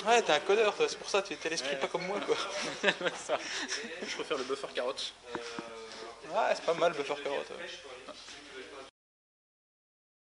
[SPEAKER 4] Ouais, t'es un codeur, toi, c'est pour ça, tu t'as l'esprit pas comme moi, quoi.
[SPEAKER 6] Je préfère le buffer carotte.
[SPEAKER 4] Ah, c'est pas mal, buffer carotte. ouais.